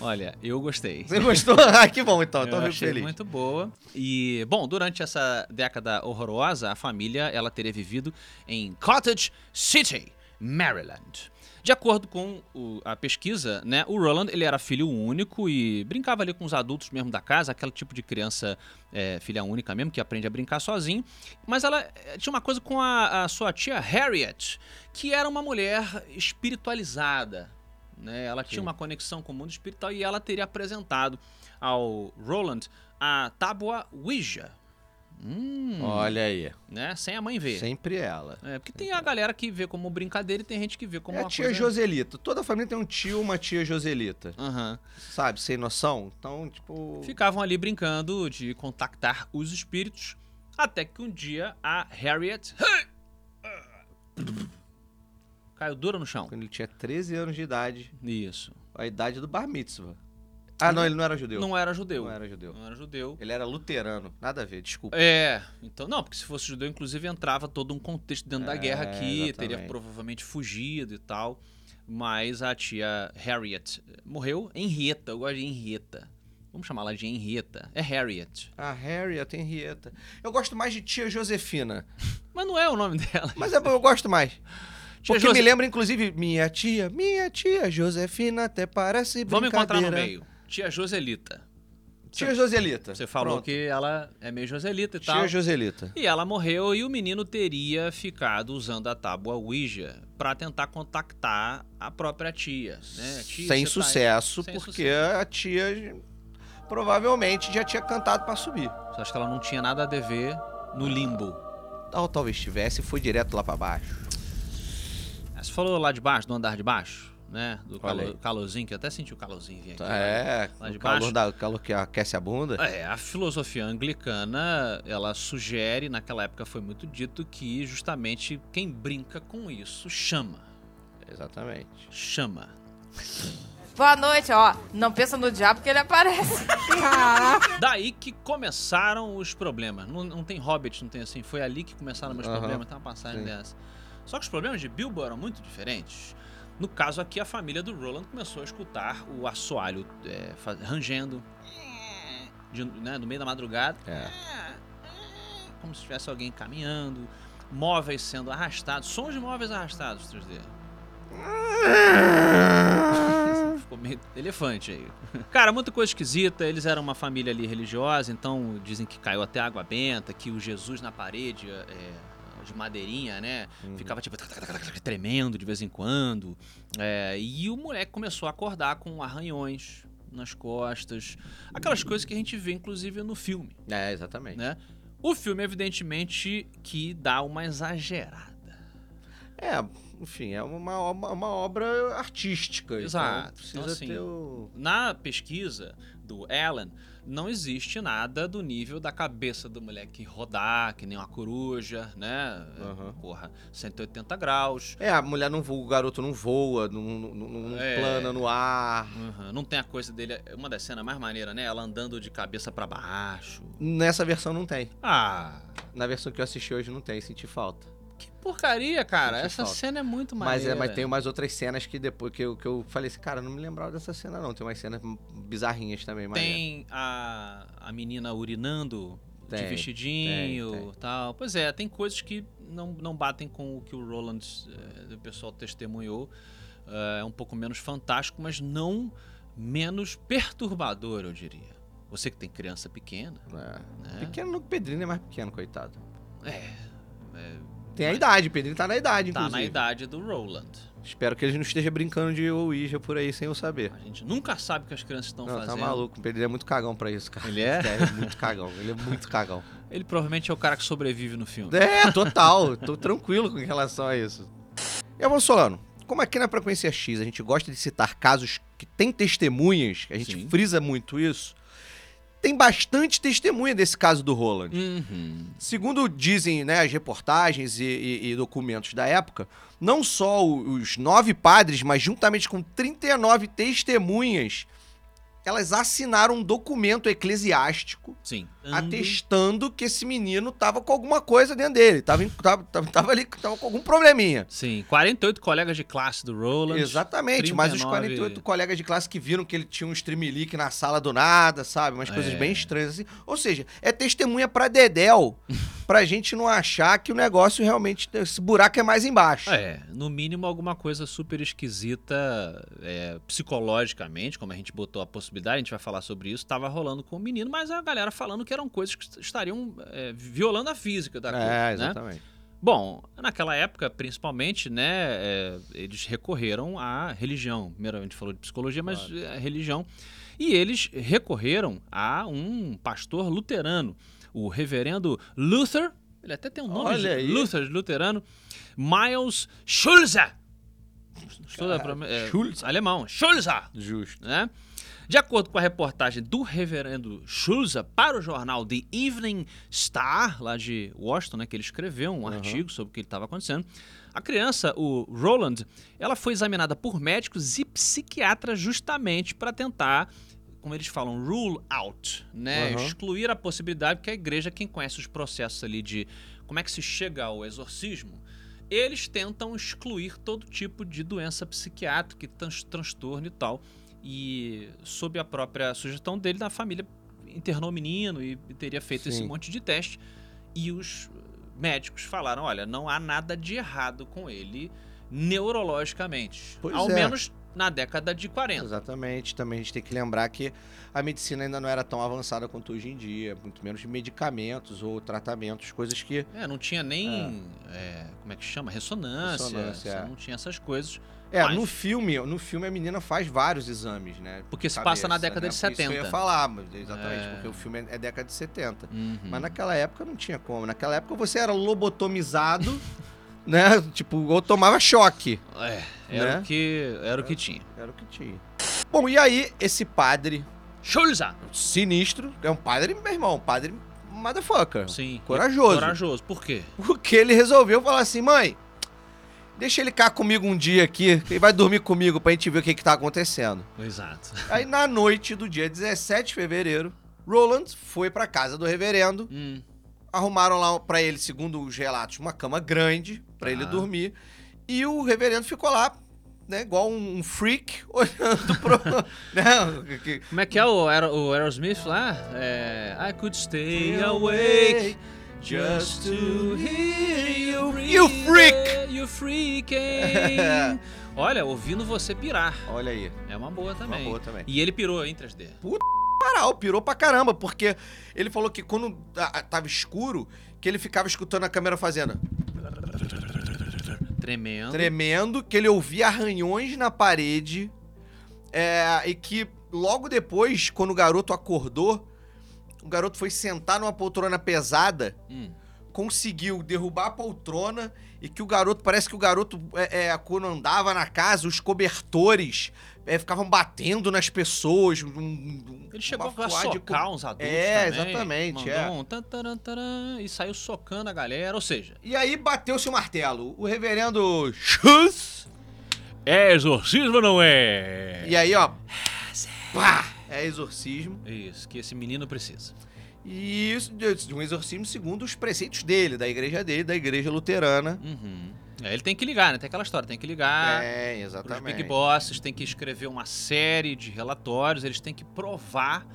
[SPEAKER 1] Olha, eu gostei.
[SPEAKER 2] Você gostou? ah, que bom então,
[SPEAKER 1] Eu
[SPEAKER 2] tô
[SPEAKER 1] achei
[SPEAKER 2] feliz.
[SPEAKER 1] muito boa. E, bom, durante essa década horrorosa, a família ela teria vivido em Cottage City, Maryland. De acordo com o- a pesquisa, né, o Roland ele era filho único e brincava ali com os adultos mesmo da casa, aquele tipo de criança é, filha única mesmo, que aprende a brincar sozinho. Mas ela eh, tinha uma coisa com a, a sua tia Harriet, que era uma mulher espiritualizada. Né? Ela tinha uma conexão com o mundo espiritual e ela teria apresentado ao Roland a tábua Ouija. Hum,
[SPEAKER 2] Olha aí.
[SPEAKER 1] né? Sem a mãe ver.
[SPEAKER 2] Sempre ela.
[SPEAKER 1] É, porque tem a galera que vê como brincadeira e tem gente que vê como
[SPEAKER 2] é a
[SPEAKER 1] uma
[SPEAKER 2] tia
[SPEAKER 1] coisa...
[SPEAKER 2] Joselita. Toda família tem um tio, uma tia Joselita.
[SPEAKER 1] Aham.
[SPEAKER 2] Sabe, sem noção. Então, tipo.
[SPEAKER 1] Ficavam ali brincando de contactar os espíritos, até que um dia a Harriet caiu dura no chão.
[SPEAKER 2] Quando ele tinha 13 anos de idade,
[SPEAKER 1] Isso.
[SPEAKER 2] a idade do bar mitzvah. Ah, não, ele não era judeu.
[SPEAKER 1] Não era judeu.
[SPEAKER 2] Não era judeu.
[SPEAKER 1] Não era judeu.
[SPEAKER 2] Ele era luterano. Nada a ver, desculpa.
[SPEAKER 1] É, então não, porque se fosse judeu, inclusive entrava todo um contexto dentro da
[SPEAKER 2] É,
[SPEAKER 1] guerra aqui, teria
[SPEAKER 2] exatamente.
[SPEAKER 1] provavelmente fugido e tal. Mas a tia Harriet eh, morreu. Henrietta, eu gosto de Henrietta. Vamos chamar ela de Henrietta. É Harriet.
[SPEAKER 2] A Harriet, Henrietta. Eu gosto mais de tia Josefina.
[SPEAKER 1] Mas não é o nome dela.
[SPEAKER 2] Mas é, bom, eu gosto mais.
[SPEAKER 1] Tia
[SPEAKER 2] Porque
[SPEAKER 1] Jose-
[SPEAKER 2] me lembra, inclusive, minha tia, minha tia Josefina até parece
[SPEAKER 1] Vamos encontrar no
[SPEAKER 2] brincadeira.
[SPEAKER 1] meio. Tia Joselita.
[SPEAKER 2] Tia Joselita.
[SPEAKER 1] Você falou
[SPEAKER 2] Pronto.
[SPEAKER 1] que ela é meio Joselita e tal.
[SPEAKER 2] Tia Joselita.
[SPEAKER 1] E ela morreu e o menino teria ficado usando a tábua Ouija pra tentar contactar a própria tia. né? Tia, você
[SPEAKER 2] sem
[SPEAKER 1] tá-
[SPEAKER 2] sucesso,
[SPEAKER 1] Sem
[SPEAKER 2] porque
[SPEAKER 1] sucesso.
[SPEAKER 2] a tia provavelmente já tinha cantado pra subir.
[SPEAKER 1] Só acho que ela não tinha nada a dever no limbo.
[SPEAKER 2] Tal, talvez tivesse e foi direto lá pra baixo.
[SPEAKER 1] Ah, Você falou lá de baixo, do andar de baixo, né? Do
[SPEAKER 2] Olha
[SPEAKER 1] calo-
[SPEAKER 2] aí.
[SPEAKER 1] calorzinho, que eu até senti o calorzinho vir aqui.
[SPEAKER 2] É,
[SPEAKER 1] Lá de
[SPEAKER 2] o calor,
[SPEAKER 1] baixo.
[SPEAKER 2] da, o calor que aquece a bunda.
[SPEAKER 1] É, a filosofia anglicana, ela sugere, naquela época foi muito dito, que justamente quem brinca com isso chama. É.
[SPEAKER 2] Exatamente.
[SPEAKER 1] Chama.
[SPEAKER 6] Boa noite, ó. Não pensa no diabo que ele aparece.
[SPEAKER 1] Daí que começaram os problemas. Não, não tem Hobbit, não tem assim. Foi ali que começaram meus
[SPEAKER 2] Aham,
[SPEAKER 1] problemas, tem uma passagem
[SPEAKER 2] sim.
[SPEAKER 1] dessa. Só que os problemas de Bilbo eram muito diferentes. No caso aqui, a família do Roland começou a escutar o assoalho é, fa- rangendo de- né, no meio da madrugada.
[SPEAKER 2] É.
[SPEAKER 1] Como se tivesse alguém caminhando, móveis sendo arrastados, sons de móveis arrastados 3D. Ficou meio elefante aí. Cara, muita coisa esquisita. Eles eram uma família ali religiosa, então dizem que caiu até água benta, que o Jesus na parede é, de madeirinha, né? Ficava tipo tac, tac, tac, tac, tremendo de vez em quando. É, e o moleque começou a acordar com arranhões nas costas. Aquelas coisas que a gente vê, inclusive, no filme,
[SPEAKER 2] É, exatamente.
[SPEAKER 1] né? O filme, evidentemente, que dá uma exagerada.
[SPEAKER 2] É, enfim, é uma, uma, uma obra artística. então
[SPEAKER 1] Exato.
[SPEAKER 2] precisa
[SPEAKER 1] Então, assim,
[SPEAKER 2] ter o...
[SPEAKER 1] Na pesquisa do Alan, não existe nada do nível da cabeça do moleque rodar, que nem uma coruja, né?
[SPEAKER 2] Aham.
[SPEAKER 1] Porra, 180 graus.
[SPEAKER 2] É, a mulher não voa, o garoto não voa, não, não, não- não
[SPEAKER 1] É.
[SPEAKER 2] plana no ar.
[SPEAKER 1] Uhum, Não tem a coisa dele. Uma das cenas mais maneiras, né? Ela andando de cabeça pra baixo.
[SPEAKER 2] Nessa versão não tem.
[SPEAKER 1] Ah.
[SPEAKER 2] Na versão que eu assisti hoje não tem, senti falta.
[SPEAKER 1] Que porcaria, cara.
[SPEAKER 2] Senti
[SPEAKER 1] Essa
[SPEAKER 2] falta.
[SPEAKER 1] cena é muito
[SPEAKER 2] Mas,
[SPEAKER 1] maneira.
[SPEAKER 2] é, mas tem umas outras cenas que depois que eu, que eu falei assim, cara, não me lembrava dessa cena, não. Tem umas cenas bizarrinhas também, mas.
[SPEAKER 1] Tem a, a menina urinando de
[SPEAKER 2] Tem, tem,
[SPEAKER 1] vestidinho
[SPEAKER 2] tem.
[SPEAKER 1] e tal. Pois é, tem coisas que não, não batem com o que o Roland, eh, o pessoal testemunhou. Eh, É um pouco menos fantástico, mas não menos perturbador, eu diria. Você que tem criança pequena,
[SPEAKER 2] É. Pequeno no Pedrinho é mais pequeno, coitado.
[SPEAKER 1] é,
[SPEAKER 2] Tem a idade, Pedrinho tá na idade,
[SPEAKER 1] tá na
[SPEAKER 2] inclusive.
[SPEAKER 1] idade do Roland.
[SPEAKER 2] Espero que ele não esteja brincando de Ouija por aí sem eu saber.
[SPEAKER 1] A gente nunca sabe o que as crianças estão
[SPEAKER 2] Não,
[SPEAKER 1] fazendo.
[SPEAKER 2] tá maluco. O Pedrinho é muito cagão pra isso, cara.
[SPEAKER 1] um Ele é?
[SPEAKER 2] Ele é muito cagão. Ele é muito cagão.
[SPEAKER 1] Ele provavelmente é o cara que sobrevive no filme.
[SPEAKER 2] É, total. Tô tranquilo com relação a isso. E Afonso Solano, como aqui na Frequência X a gente gosta de citar casos que tem testemunhas, a gente
[SPEAKER 1] Sim.
[SPEAKER 2] frisa muito isso, tem bastante testemunha desse caso do Roland.
[SPEAKER 1] Uhum.
[SPEAKER 2] Segundo dizem né, as reportagens e, e- e documentos da época, não só o- os nove padres, mas juntamente com 39 testemunhas, elas assinaram um documento eclesiástico
[SPEAKER 1] Sim. Uhum.
[SPEAKER 2] atestando que esse menino tava com alguma coisa dentro dele. Tava, em- tava, tava, tava ali, tava com algum probleminha.
[SPEAKER 1] Sim, 48 colegas de classe do Roland.
[SPEAKER 2] Exatamente, mas os
[SPEAKER 1] 39
[SPEAKER 2] 48 colegas de classe que viram que ele tinha um streamlink na sala do nada, sabe? Umas coisas
[SPEAKER 1] É.
[SPEAKER 2] bem estranhas assim. Ou seja, é testemunha pra Dedel, pra gente não achar que o negócio realmente. Esse buraco é mais embaixo.
[SPEAKER 1] É, no mínimo alguma coisa super esquisita é, psicologicamente, como a gente botou a possibilidade, a gente vai falar sobre isso, tava rolando com o menino, mas a galera falando que eram coisas que est- estariam é, violando a física da coisa,
[SPEAKER 2] É,
[SPEAKER 1] né?
[SPEAKER 2] exatamente.
[SPEAKER 1] Bom, naquela época, principalmente, né, é, eles recorreram à religião. Primeiro a gente falou de psicologia, mas é, a religião. E eles recorreram a um pastor luterano, o reverendo Luther. Ele até tem um nome
[SPEAKER 2] Olha
[SPEAKER 1] de
[SPEAKER 2] aí.
[SPEAKER 1] Luther, luterano. Miles Schulze. Estou da pronun- é,
[SPEAKER 2] Schulze.
[SPEAKER 1] Alemão, Schulze
[SPEAKER 2] Justo.
[SPEAKER 1] né? De acordo com a reportagem do reverendo Schulze para o jornal The Evening Star, lá de Washington, né, que ele escreveu um artigo sobre o que estava acontecendo, a criança, o Roland, ela foi examinada por médicos e psiquiatras justamente para tentar, como eles falam, rule out, né?
[SPEAKER 2] Aham.
[SPEAKER 1] Excluir a possibilidade, porque a igreja, quem conhece os processos ali de como é que se chega ao exorcismo, eles tentam excluir todo tipo de doença psiquiátrica, trans- transtorno e tal. E sob a própria sugestão dele, a família internou o menino e teria feito esse
[SPEAKER 2] Sim.
[SPEAKER 1] monte de teste. E os médicos falaram: olha, não há nada de errado com ele neurologicamente.
[SPEAKER 2] Pois
[SPEAKER 1] Ao
[SPEAKER 2] é.
[SPEAKER 1] menos na década de 40.
[SPEAKER 2] Exatamente. Também a gente tem que lembrar que a medicina ainda não era tão avançada quanto hoje em dia, muito menos medicamentos ou tratamentos, coisas que
[SPEAKER 1] É, não tinha nem. é, como é que chama? Ressonância.
[SPEAKER 2] Ressonância, é.
[SPEAKER 1] Não tinha essas coisas.
[SPEAKER 2] É,
[SPEAKER 1] Mas-
[SPEAKER 2] no filme, no filme a menina faz vários exames, né?
[SPEAKER 1] Porque se
[SPEAKER 2] Cabeça,
[SPEAKER 1] passa na década
[SPEAKER 2] né?
[SPEAKER 1] de
[SPEAKER 2] Porque Isso
[SPEAKER 1] 70.
[SPEAKER 2] eu ia falar, mas- exatamente,
[SPEAKER 1] É.
[SPEAKER 2] porque o filme é é década de 70.
[SPEAKER 1] Uhum.
[SPEAKER 2] Mas naquela época não tinha como. Naquela época você era lobotomizado, né? Tipo, ou tomava choque.
[SPEAKER 1] É, era,
[SPEAKER 2] Né?
[SPEAKER 1] o que, era o que tinha.
[SPEAKER 2] Era o que tinha. Bom, e aí esse padre
[SPEAKER 1] Schulze!
[SPEAKER 2] sinistro, é um padre, meu irmão, um padre motherfucker.
[SPEAKER 1] Sim.
[SPEAKER 2] Então, Corajoso.
[SPEAKER 1] Corajoso. Por quê?
[SPEAKER 2] Porque ele resolveu falar assim, mãe, deixa ele cá comigo um dia aqui, que ele vai dormir comigo pra gente ver o que que tá acontecendo.
[SPEAKER 1] Exato.
[SPEAKER 2] Aí na noite do dia 17 de fevereiro, Roland foi pra casa do reverendo.
[SPEAKER 1] Hum,
[SPEAKER 2] Arrumaram lá pra ele, segundo os relatos, uma cama grande pra ele
[SPEAKER 1] Tá.
[SPEAKER 2] dormir. E o reverendo ficou lá, né, igual um um freak, olhando pro. né, que-
[SPEAKER 1] Como é que é o, Aero- o Aerosmith lá? É, I could stay awake just to hear you breathe.
[SPEAKER 2] You freak!
[SPEAKER 1] You freaking! Olha, ouvindo você pirar.
[SPEAKER 2] Olha aí,
[SPEAKER 1] É uma boa
[SPEAKER 2] uma
[SPEAKER 1] também.
[SPEAKER 2] boa também.
[SPEAKER 1] E ele pirou em 3D.
[SPEAKER 2] Paral, pirou pra caramba, porque ele falou que quando ah, ah, tava escuro, que ele ficava escutando a câmera fazendo.
[SPEAKER 1] Tremendo.
[SPEAKER 2] tremendo, que ele ouvia arranhões na parede é, e que logo depois, quando o garoto acordou, o garoto foi sentar numa poltrona pesada,
[SPEAKER 1] Hum.
[SPEAKER 2] conseguiu derrubar a poltrona e que o garoto, parece que o garoto, é, é, quando andava na casa, os cobertores é, ficavam batendo nas pessoas. um- um-
[SPEAKER 1] Ele chegou
[SPEAKER 2] uma
[SPEAKER 1] a
[SPEAKER 2] fuá de
[SPEAKER 1] socar uns adultos
[SPEAKER 2] É,
[SPEAKER 1] também.
[SPEAKER 2] exatamente, é.
[SPEAKER 1] Mandou um tan, taran, taran, e saiu socando a galera. Ou seja,
[SPEAKER 2] E aí bateu-se o martelo. O reverendo Schuss
[SPEAKER 1] é exorcismo não é? Ah,
[SPEAKER 2] E aí, ó. Pá! É exorcismo.
[SPEAKER 1] Isso, que esse menino precisa.
[SPEAKER 2] E isso, de um exorcismo segundo os preceitos dele, da igreja dele, da igreja luterana.
[SPEAKER 1] Uhum. É, ele tem que ligar, né? Tem aquela história, tem que ligar.
[SPEAKER 2] é,
[SPEAKER 1] Ah, Os
[SPEAKER 2] exatamente.
[SPEAKER 1] Big Bosses têm que escrever uma série de relatórios, eles têm que provar,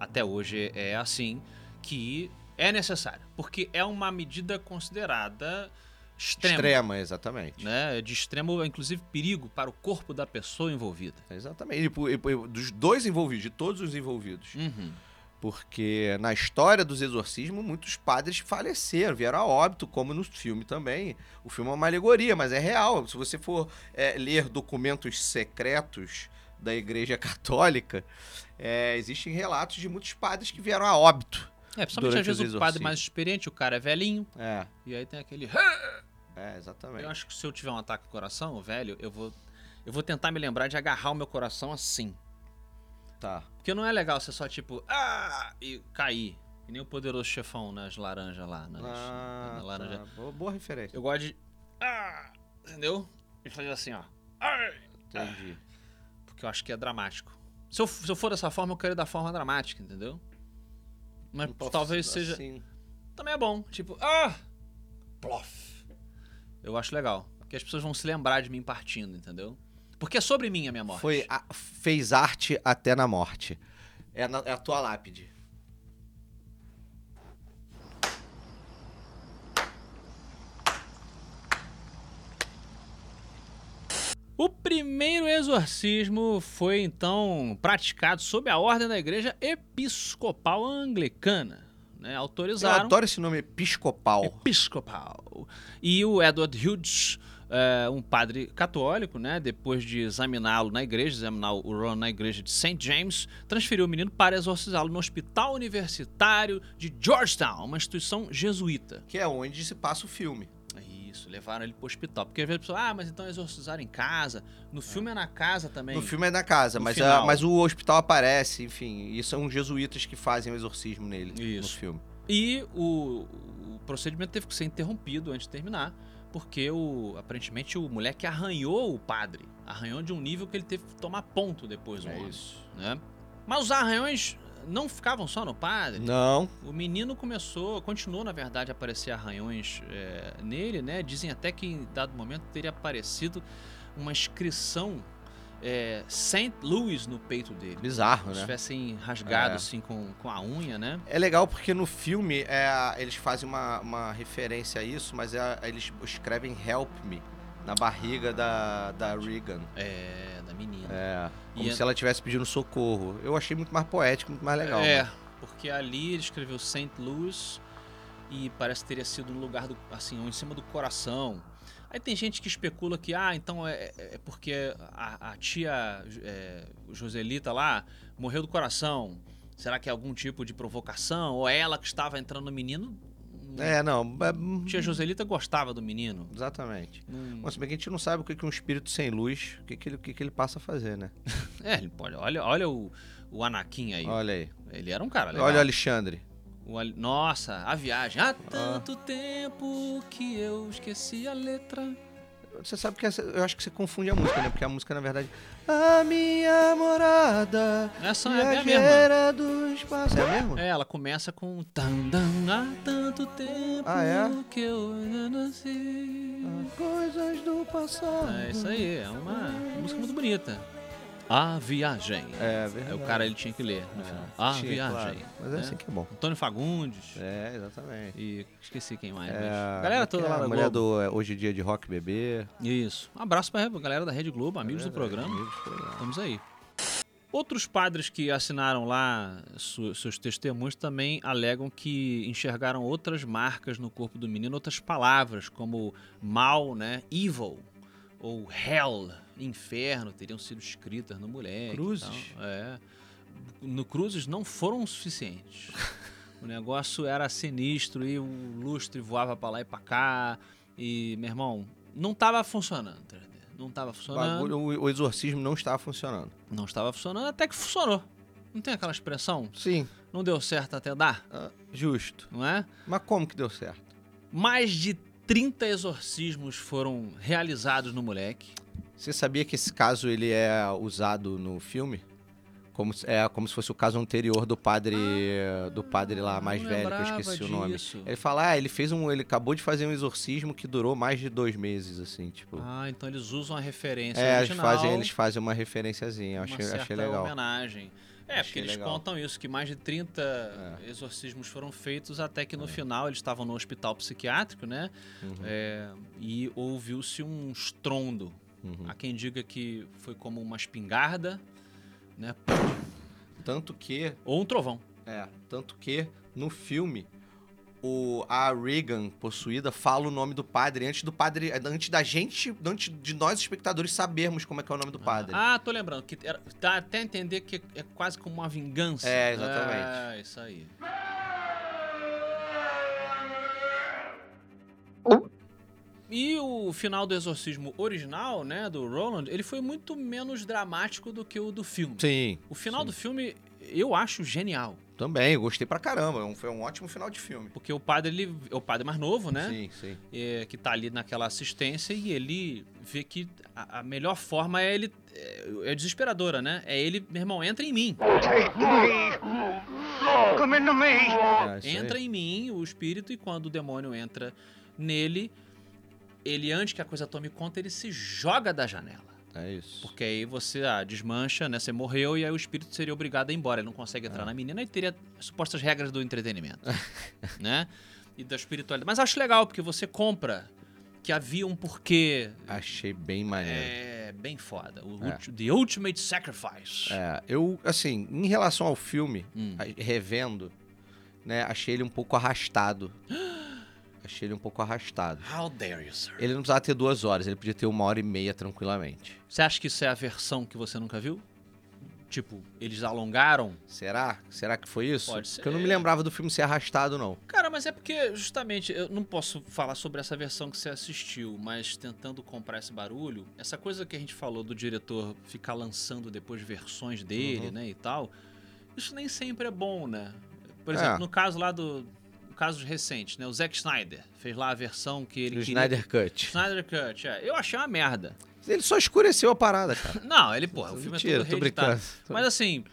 [SPEAKER 1] até hoje é assim, que é necessário. Porque é uma medida considerada extrema.
[SPEAKER 2] Extrema, exatamente.
[SPEAKER 1] Né? De extremo, inclusive, perigo para o corpo da pessoa envolvida.
[SPEAKER 2] Exatamente. E por- e por- dos dois envolvidos, de todos os envolvidos.
[SPEAKER 1] Uhum.
[SPEAKER 2] Porque na história dos exorcismos, muitos padres faleceram, vieram a óbito, como no filme também. O filme é uma alegoria, mas é real. Se você for é, ler documentos secretos da Igreja Católica, é, existem relatos de muitos padres que vieram a óbito.
[SPEAKER 1] É, principalmente às
[SPEAKER 2] Durante os
[SPEAKER 1] vezes o padre
[SPEAKER 2] exorcismos.
[SPEAKER 1] mais experiente, o cara é velhinho,
[SPEAKER 2] É,
[SPEAKER 1] e aí tem aquele.
[SPEAKER 2] é exatamente.
[SPEAKER 1] Eu acho que se eu tiver um ataque ao coração, velho, eu vou. Eu vou tentar me lembrar de agarrar o meu coração assim.
[SPEAKER 2] Tá.
[SPEAKER 1] Porque não é legal você só, tipo, ah, e cair. Que nem o poderoso chefão nas laranjas lá. Nas,
[SPEAKER 2] Ah,
[SPEAKER 1] na laranja.
[SPEAKER 2] tá. Boa, boa referência.
[SPEAKER 1] Eu gosto de. Ah, entendeu? E fazer assim, ó. Ai,
[SPEAKER 2] Entendi.
[SPEAKER 1] porque eu acho que é dramático. Se eu, se eu for dessa forma, eu quero ir da forma dramática, entendeu? Mas
[SPEAKER 2] Não posso
[SPEAKER 1] Ah, talvez
[SPEAKER 2] ser
[SPEAKER 1] seja.
[SPEAKER 2] assim.
[SPEAKER 1] Também é bom. Tipo, ah! Plof. Eu acho legal. Porque as pessoas vão se lembrar de mim partindo, entendeu? Porque é sobre mim a minha morte.
[SPEAKER 2] Foi a- fez arte até na morte. É, na- é a tua lápide.
[SPEAKER 1] O primeiro exorcismo foi então praticado sob a ordem da Igreja Episcopal Anglicana, né?
[SPEAKER 2] Eu
[SPEAKER 1] Autorizaram
[SPEAKER 2] adoro esse nome episcopal.
[SPEAKER 1] episcopal. E o Edward Hughes, é, um padre católico, né, depois de examiná-lo na igreja, examinar o Ron na igreja de St. James, transferiu o menino para exorcizá-lo no Hospital Universitário de Georgetown, uma instituição jesuíta.
[SPEAKER 2] Que é onde se passa o filme.
[SPEAKER 1] Isso, levaram ele pro hospital. Porque às vezes a pessoa, ah, mas então exorcizaram em casa. No filme é na casa também.
[SPEAKER 2] No filme é na casa,
[SPEAKER 1] No
[SPEAKER 2] mas,
[SPEAKER 1] final.
[SPEAKER 2] a- mas o hospital aparece, enfim. E são os jesuítas que fazem o exorcismo nele
[SPEAKER 1] Isso.
[SPEAKER 2] no filme.
[SPEAKER 1] E o, o procedimento teve que ser interrompido antes de terminar, porque o, aparentemente o moleque arranhou o padre. Arranhou de um nível que ele teve que tomar ponto depois. o
[SPEAKER 2] É
[SPEAKER 1] homem,
[SPEAKER 2] isso.
[SPEAKER 1] Né? Mas os arranhões não ficavam só no padre.
[SPEAKER 2] Não.
[SPEAKER 1] O menino começou, continuou na verdade a aparecer arranhões é, nele, né? Dizem até que em dado momento teria aparecido uma inscrição é, St. Louis no peito dele.
[SPEAKER 2] Bizarro,
[SPEAKER 1] Como se
[SPEAKER 2] né?
[SPEAKER 1] tivessem rasgado
[SPEAKER 2] É.
[SPEAKER 1] assim com, com a unha, né?
[SPEAKER 2] É legal porque no filme é, eles fazem uma, uma referência a isso, mas é- eles escrevem Help Me na barriga da, da Regan.
[SPEAKER 1] É, da menina.
[SPEAKER 2] É. Como
[SPEAKER 1] E é-
[SPEAKER 2] se ela estivesse pedindo socorro. Eu achei muito mais poético, muito mais legal.
[SPEAKER 1] É,
[SPEAKER 2] né?
[SPEAKER 1] porque ali ele escreveu St. Louis e parece que teria sido no lugar do, assim, um em cima do coração. Aí tem gente que especula que, ah, então é, é- é porque a, a tia é, Joselita lá morreu do coração. Será que é algum tipo de provocação? Ou é ela que estava entrando no menino?
[SPEAKER 2] É, não. é-
[SPEAKER 1] Tia Joselita gostava do menino.
[SPEAKER 2] Exatamente.
[SPEAKER 1] Não-
[SPEAKER 2] Mas se bem que a gente não sabe o que que um espírito sem luz, o que, que, ele, o que, que ele passa a fazer, né?
[SPEAKER 1] É, ele pode- olha, olha o, o Anakin aí.
[SPEAKER 2] Olha aí.
[SPEAKER 1] Ele era um cara legal.
[SPEAKER 2] Olha o Alexandre.
[SPEAKER 1] O Ali- Nossa, a viagem.
[SPEAKER 2] Ah.
[SPEAKER 1] Há tanto tempo que eu esqueci a letra.
[SPEAKER 2] Você sabe que essa- eu acho que você confunde a música, né? Porque a música, na verdade. A minha morada.
[SPEAKER 1] Essa é a mesma.
[SPEAKER 2] Viajeira do espaço. É a mesma?
[SPEAKER 1] É, ela começa com. tan, dan, Há tanto tempo
[SPEAKER 2] Ah, é?
[SPEAKER 1] que eu ainda nasci.
[SPEAKER 2] Coisas do passado.
[SPEAKER 1] É isso aí, é uma música muito bonita. A viagem.
[SPEAKER 2] É verdade. É,
[SPEAKER 1] Aí o cara ele tinha que ler no final. A
[SPEAKER 2] Tinha,
[SPEAKER 1] viagem.
[SPEAKER 2] Ah, claro. Mas é
[SPEAKER 1] né?
[SPEAKER 2] assim que é bom.
[SPEAKER 1] Antônio Fagundes.
[SPEAKER 2] É, exatamente.
[SPEAKER 1] E esqueci quem mais. mas-
[SPEAKER 2] É,
[SPEAKER 1] Galera
[SPEAKER 2] como é
[SPEAKER 1] toda
[SPEAKER 2] que é?
[SPEAKER 1] lá da
[SPEAKER 2] A mulher
[SPEAKER 1] Globo.
[SPEAKER 2] do é, Hoje em Dia de Rock Bebê.
[SPEAKER 1] Isso. Um abraço pra galera da Rede Globo, amigos
[SPEAKER 2] É
[SPEAKER 1] do programa.
[SPEAKER 2] Amigos do programa.
[SPEAKER 1] Estamos aí. Outros padres que assinaram lá su- seus testemunhos também alegam que enxergaram outras marcas no corpo do menino, outras palavras, como mal, né? Evil ou hell, inferno, teriam sido escritas no moleque. e
[SPEAKER 2] Cruzes?
[SPEAKER 1] tal. É. No cruzes não foram suficientes. O negócio era sinistro e o lustre voava pra lá e pra cá. E, meu irmão, não tava funcionando. entendeu? Não tava
[SPEAKER 2] O,
[SPEAKER 1] funcionando.
[SPEAKER 2] bagulho- o- o exorcismo não estava funcionando.
[SPEAKER 1] Não estava funcionando, até que funcionou. Não tem aquela expressão?
[SPEAKER 2] Sim,
[SPEAKER 1] Não deu certo até dar,
[SPEAKER 2] ah, justo.
[SPEAKER 1] não é?
[SPEAKER 2] Mas como que deu certo?
[SPEAKER 1] Mais de 30 exorcismos foram realizados no moleque.
[SPEAKER 2] Você sabia que esse caso ele é usado no filme Como, se- é, como se fosse o caso anterior do padre do padre lá Ah, mais
[SPEAKER 1] Ah, não
[SPEAKER 2] velho, que eu
[SPEAKER 1] lembrava
[SPEAKER 2] esqueci o nome.
[SPEAKER 1] disso.
[SPEAKER 2] Ele fala, ah, ele fez um. Ele acabou de fazer um exorcismo que durou mais de dois meses, assim, tipo.
[SPEAKER 1] Ah, então eles usam a referência
[SPEAKER 2] é, eles
[SPEAKER 1] original.
[SPEAKER 2] fazem, eles fazem uma referenciazinha, eu
[SPEAKER 1] uma
[SPEAKER 2] achei,
[SPEAKER 1] certa
[SPEAKER 2] achei legal.
[SPEAKER 1] homenagem. É, porque
[SPEAKER 2] Achei
[SPEAKER 1] eles
[SPEAKER 2] legal. É.
[SPEAKER 1] contam isso, que mais de 30 exorcismos foram feitos, até que no final eles estavam no hospital psiquiátrico, né?
[SPEAKER 2] Uhum.
[SPEAKER 1] É, e ouviu-se um estrondo.
[SPEAKER 2] Uhum.
[SPEAKER 1] Há quem diga que foi como uma espingarda, né?
[SPEAKER 2] Tanto que
[SPEAKER 1] Ou um trovão.
[SPEAKER 2] É, tanto que no filme o, a Regan possuída fala o nome do padre antes do padre, antes da gente, antes de nós espectadores sabermos como é que é o nome do padre.
[SPEAKER 1] Ah, tô lembrando. Que era- dá até a entender que é quase como uma vingança.
[SPEAKER 2] É, exatamente.
[SPEAKER 1] É, isso aí. E o final do exorcismo original, né, do Roland, ele foi muito menos dramático do que o do filme.
[SPEAKER 2] Sim,
[SPEAKER 1] O final do filme eu acho genial,
[SPEAKER 2] também, eu gostei pra caramba, é um- foi um ótimo final de filme.
[SPEAKER 1] porque o padre ele é o padre mais novo, né?
[SPEAKER 2] Sim, sim.
[SPEAKER 1] é, que tá ali naquela assistência e ele vê que a, a melhor forma é ele. É, é desesperadora, né? É ele, meu irmão, entra em mim.
[SPEAKER 2] É, isso aí.
[SPEAKER 1] Entra em mim o espírito e quando o demônio entra nele, ele, antes que a coisa tome conta, ele se joga da janela.
[SPEAKER 2] É isso.
[SPEAKER 1] Porque aí você ah, desmancha, né? Você morreu e aí o espírito seria obrigado a ir embora. Ele não consegue
[SPEAKER 2] É.
[SPEAKER 1] entrar na menina e teria as supostas regras do entretenimento, né? E da espiritualidade. Mas acho legal, porque você compra que havia um porquê
[SPEAKER 2] Achei bem maneiro.
[SPEAKER 1] É bem foda. O
[SPEAKER 2] É.
[SPEAKER 1] ulti- The Ultimate Sacrifice.
[SPEAKER 2] É, eu, assim, em relação ao filme,
[SPEAKER 1] Hum.
[SPEAKER 2] a- revendo, né, achei ele um pouco arrastado. achei ele um pouco arrastado.
[SPEAKER 1] How dare you, sir?
[SPEAKER 2] Ele não precisava ter duas horas, ele podia ter uma hora e meia tranquilamente.
[SPEAKER 1] Você acha que isso é a versão que você nunca viu? Tipo, eles alongaram?
[SPEAKER 2] Será? Será que foi isso?
[SPEAKER 1] Pode
[SPEAKER 2] Porque eu não me
[SPEAKER 1] ser.
[SPEAKER 2] lembrava do filme ser arrastado, não.
[SPEAKER 1] Cara, mas é porque, justamente, eu não posso falar sobre essa versão que você assistiu, mas tentando comprar esse barulho, essa coisa que a gente falou do diretor ficar lançando depois versões dele, né, e tal, isso nem sempre é bom, né? Por
[SPEAKER 2] É.
[SPEAKER 1] exemplo, no caso lá do. Casos recentes, né? O Zack Snyder fez lá a versão que ele
[SPEAKER 2] do
[SPEAKER 1] queria.
[SPEAKER 2] Snyder Cut.
[SPEAKER 1] Snyder Cut, é. Eu achei uma merda.
[SPEAKER 2] Ele só escureceu a parada, cara.
[SPEAKER 1] Não, ele, porra, o filme
[SPEAKER 2] Mentira,
[SPEAKER 1] é
[SPEAKER 2] tô
[SPEAKER 1] todo reeditado.
[SPEAKER 2] brincando.
[SPEAKER 1] Mas assim,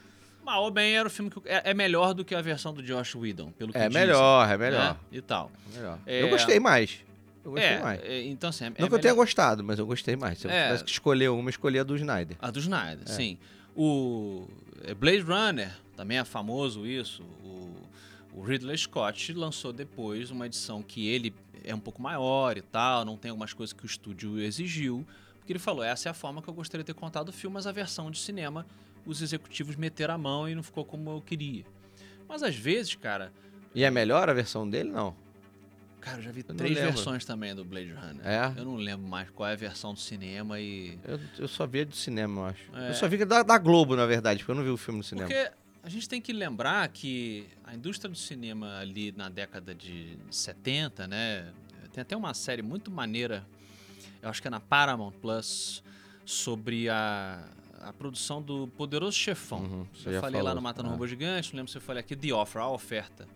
[SPEAKER 1] mal ou bem era o filme que é, é melhor do que a versão do Josh Whedon, pelo que
[SPEAKER 2] É
[SPEAKER 1] dizem,
[SPEAKER 2] melhor, é
[SPEAKER 1] né?
[SPEAKER 2] melhor.
[SPEAKER 1] E tal.
[SPEAKER 2] melhor.
[SPEAKER 1] É.
[SPEAKER 2] Eu gostei mais. Eu gostei
[SPEAKER 1] É,
[SPEAKER 2] mais.
[SPEAKER 1] é, então assim, é,
[SPEAKER 2] não
[SPEAKER 1] é
[SPEAKER 2] que eu tenha
[SPEAKER 1] melhor-
[SPEAKER 2] gostado, mas eu gostei mais. Se eu
[SPEAKER 1] É.
[SPEAKER 2] tivesse que escolher uma, eu escolhia a do Snyder.
[SPEAKER 1] A do Snyder,
[SPEAKER 2] É.
[SPEAKER 1] sim. O é, Blade Runner, também é famoso isso. O, o Ridley Scott lançou depois uma edição que ele é um pouco maior e tal, não tem algumas coisas que o estúdio exigiu. Porque ele falou, essa é a forma que eu gostaria de ter contado o filme, mas a versão de cinema, os executivos meteram a mão e não ficou como eu queria. Mas às vezes, cara...
[SPEAKER 2] E é melhor a versão dele? Não.
[SPEAKER 1] Cara, eu já vi
[SPEAKER 2] não
[SPEAKER 1] três
[SPEAKER 2] lembro.
[SPEAKER 1] versões também do Blade Runner.
[SPEAKER 2] É?
[SPEAKER 1] Eu não lembro mais qual é a versão do cinema e...
[SPEAKER 2] Eu, eu só vi a do cinema, eu acho.
[SPEAKER 1] É.
[SPEAKER 2] Eu só vi a da, da Globo, na verdade, porque eu não vi o filme no cinema.
[SPEAKER 1] Porque a gente tem que lembrar que a indústria do cinema ali na década de 70, né? Tem até uma série muito maneira, eu acho que é na Paramount Plus, sobre a, a produção do Poderoso Chefão.
[SPEAKER 2] Uhum, você
[SPEAKER 1] eu
[SPEAKER 2] já
[SPEAKER 1] falei lá
[SPEAKER 2] falou,
[SPEAKER 1] no Matando
[SPEAKER 2] é.
[SPEAKER 1] Robô Gigante, não lembro se eu falei aqui, The Offer, a oferta.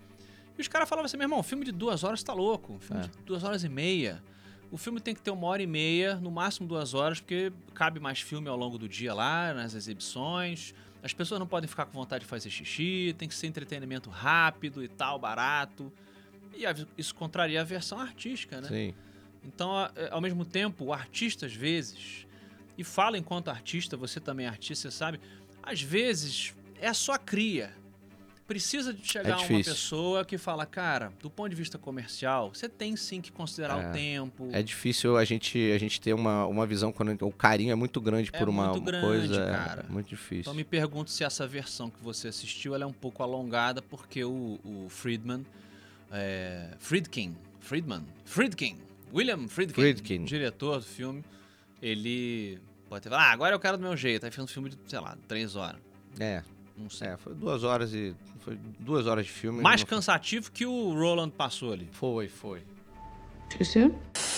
[SPEAKER 1] E os caras falavam assim, meu irmão, filme de duas horas tá louco, filme
[SPEAKER 2] É.
[SPEAKER 1] de duas horas e meia. O filme tem que ter uma hora e meia, no máximo duas horas, porque cabe mais filme ao longo do dia lá, nas exibições. As pessoas não podem ficar com vontade de fazer xixi, tem que ser entretenimento rápido e tal, barato. E a- isso contraria a versão artística, né?
[SPEAKER 2] Sim.
[SPEAKER 1] Então, a- é, ao mesmo tempo, o artista, às vezes, e fala enquanto artista, você também é artista, você sabe, às vezes é só a cria. Precisa de chegar uma
[SPEAKER 2] É difícil.
[SPEAKER 1] pessoa que fala, cara, do ponto de vista comercial, você tem sim que considerar
[SPEAKER 2] É.
[SPEAKER 1] o tempo.
[SPEAKER 2] É difícil a gente, a gente ter uma, uma visão quando o carinho é muito grande
[SPEAKER 1] É
[SPEAKER 2] por uma,
[SPEAKER 1] muito
[SPEAKER 2] uma
[SPEAKER 1] grande,
[SPEAKER 2] coisa. é
[SPEAKER 1] cara.
[SPEAKER 2] muito difícil.
[SPEAKER 1] Então me pergunto se essa versão que você assistiu ela é um pouco alongada, porque o, o Friedman. é, Friedkin. Friedman. Friedkin. William Friedkin,
[SPEAKER 2] Friedkin.
[SPEAKER 1] Diretor do filme. Ele. Pode ter falado, ah, agora eu quero do meu jeito. Aí fez um filme de, sei lá, três horas.
[SPEAKER 2] É,
[SPEAKER 1] Não sei.
[SPEAKER 2] é, foi duas horas e. Foi duas horas de filme.
[SPEAKER 1] Mais
[SPEAKER 2] Não-
[SPEAKER 1] cansativo que o Roland passou ali.
[SPEAKER 2] Foi, foi.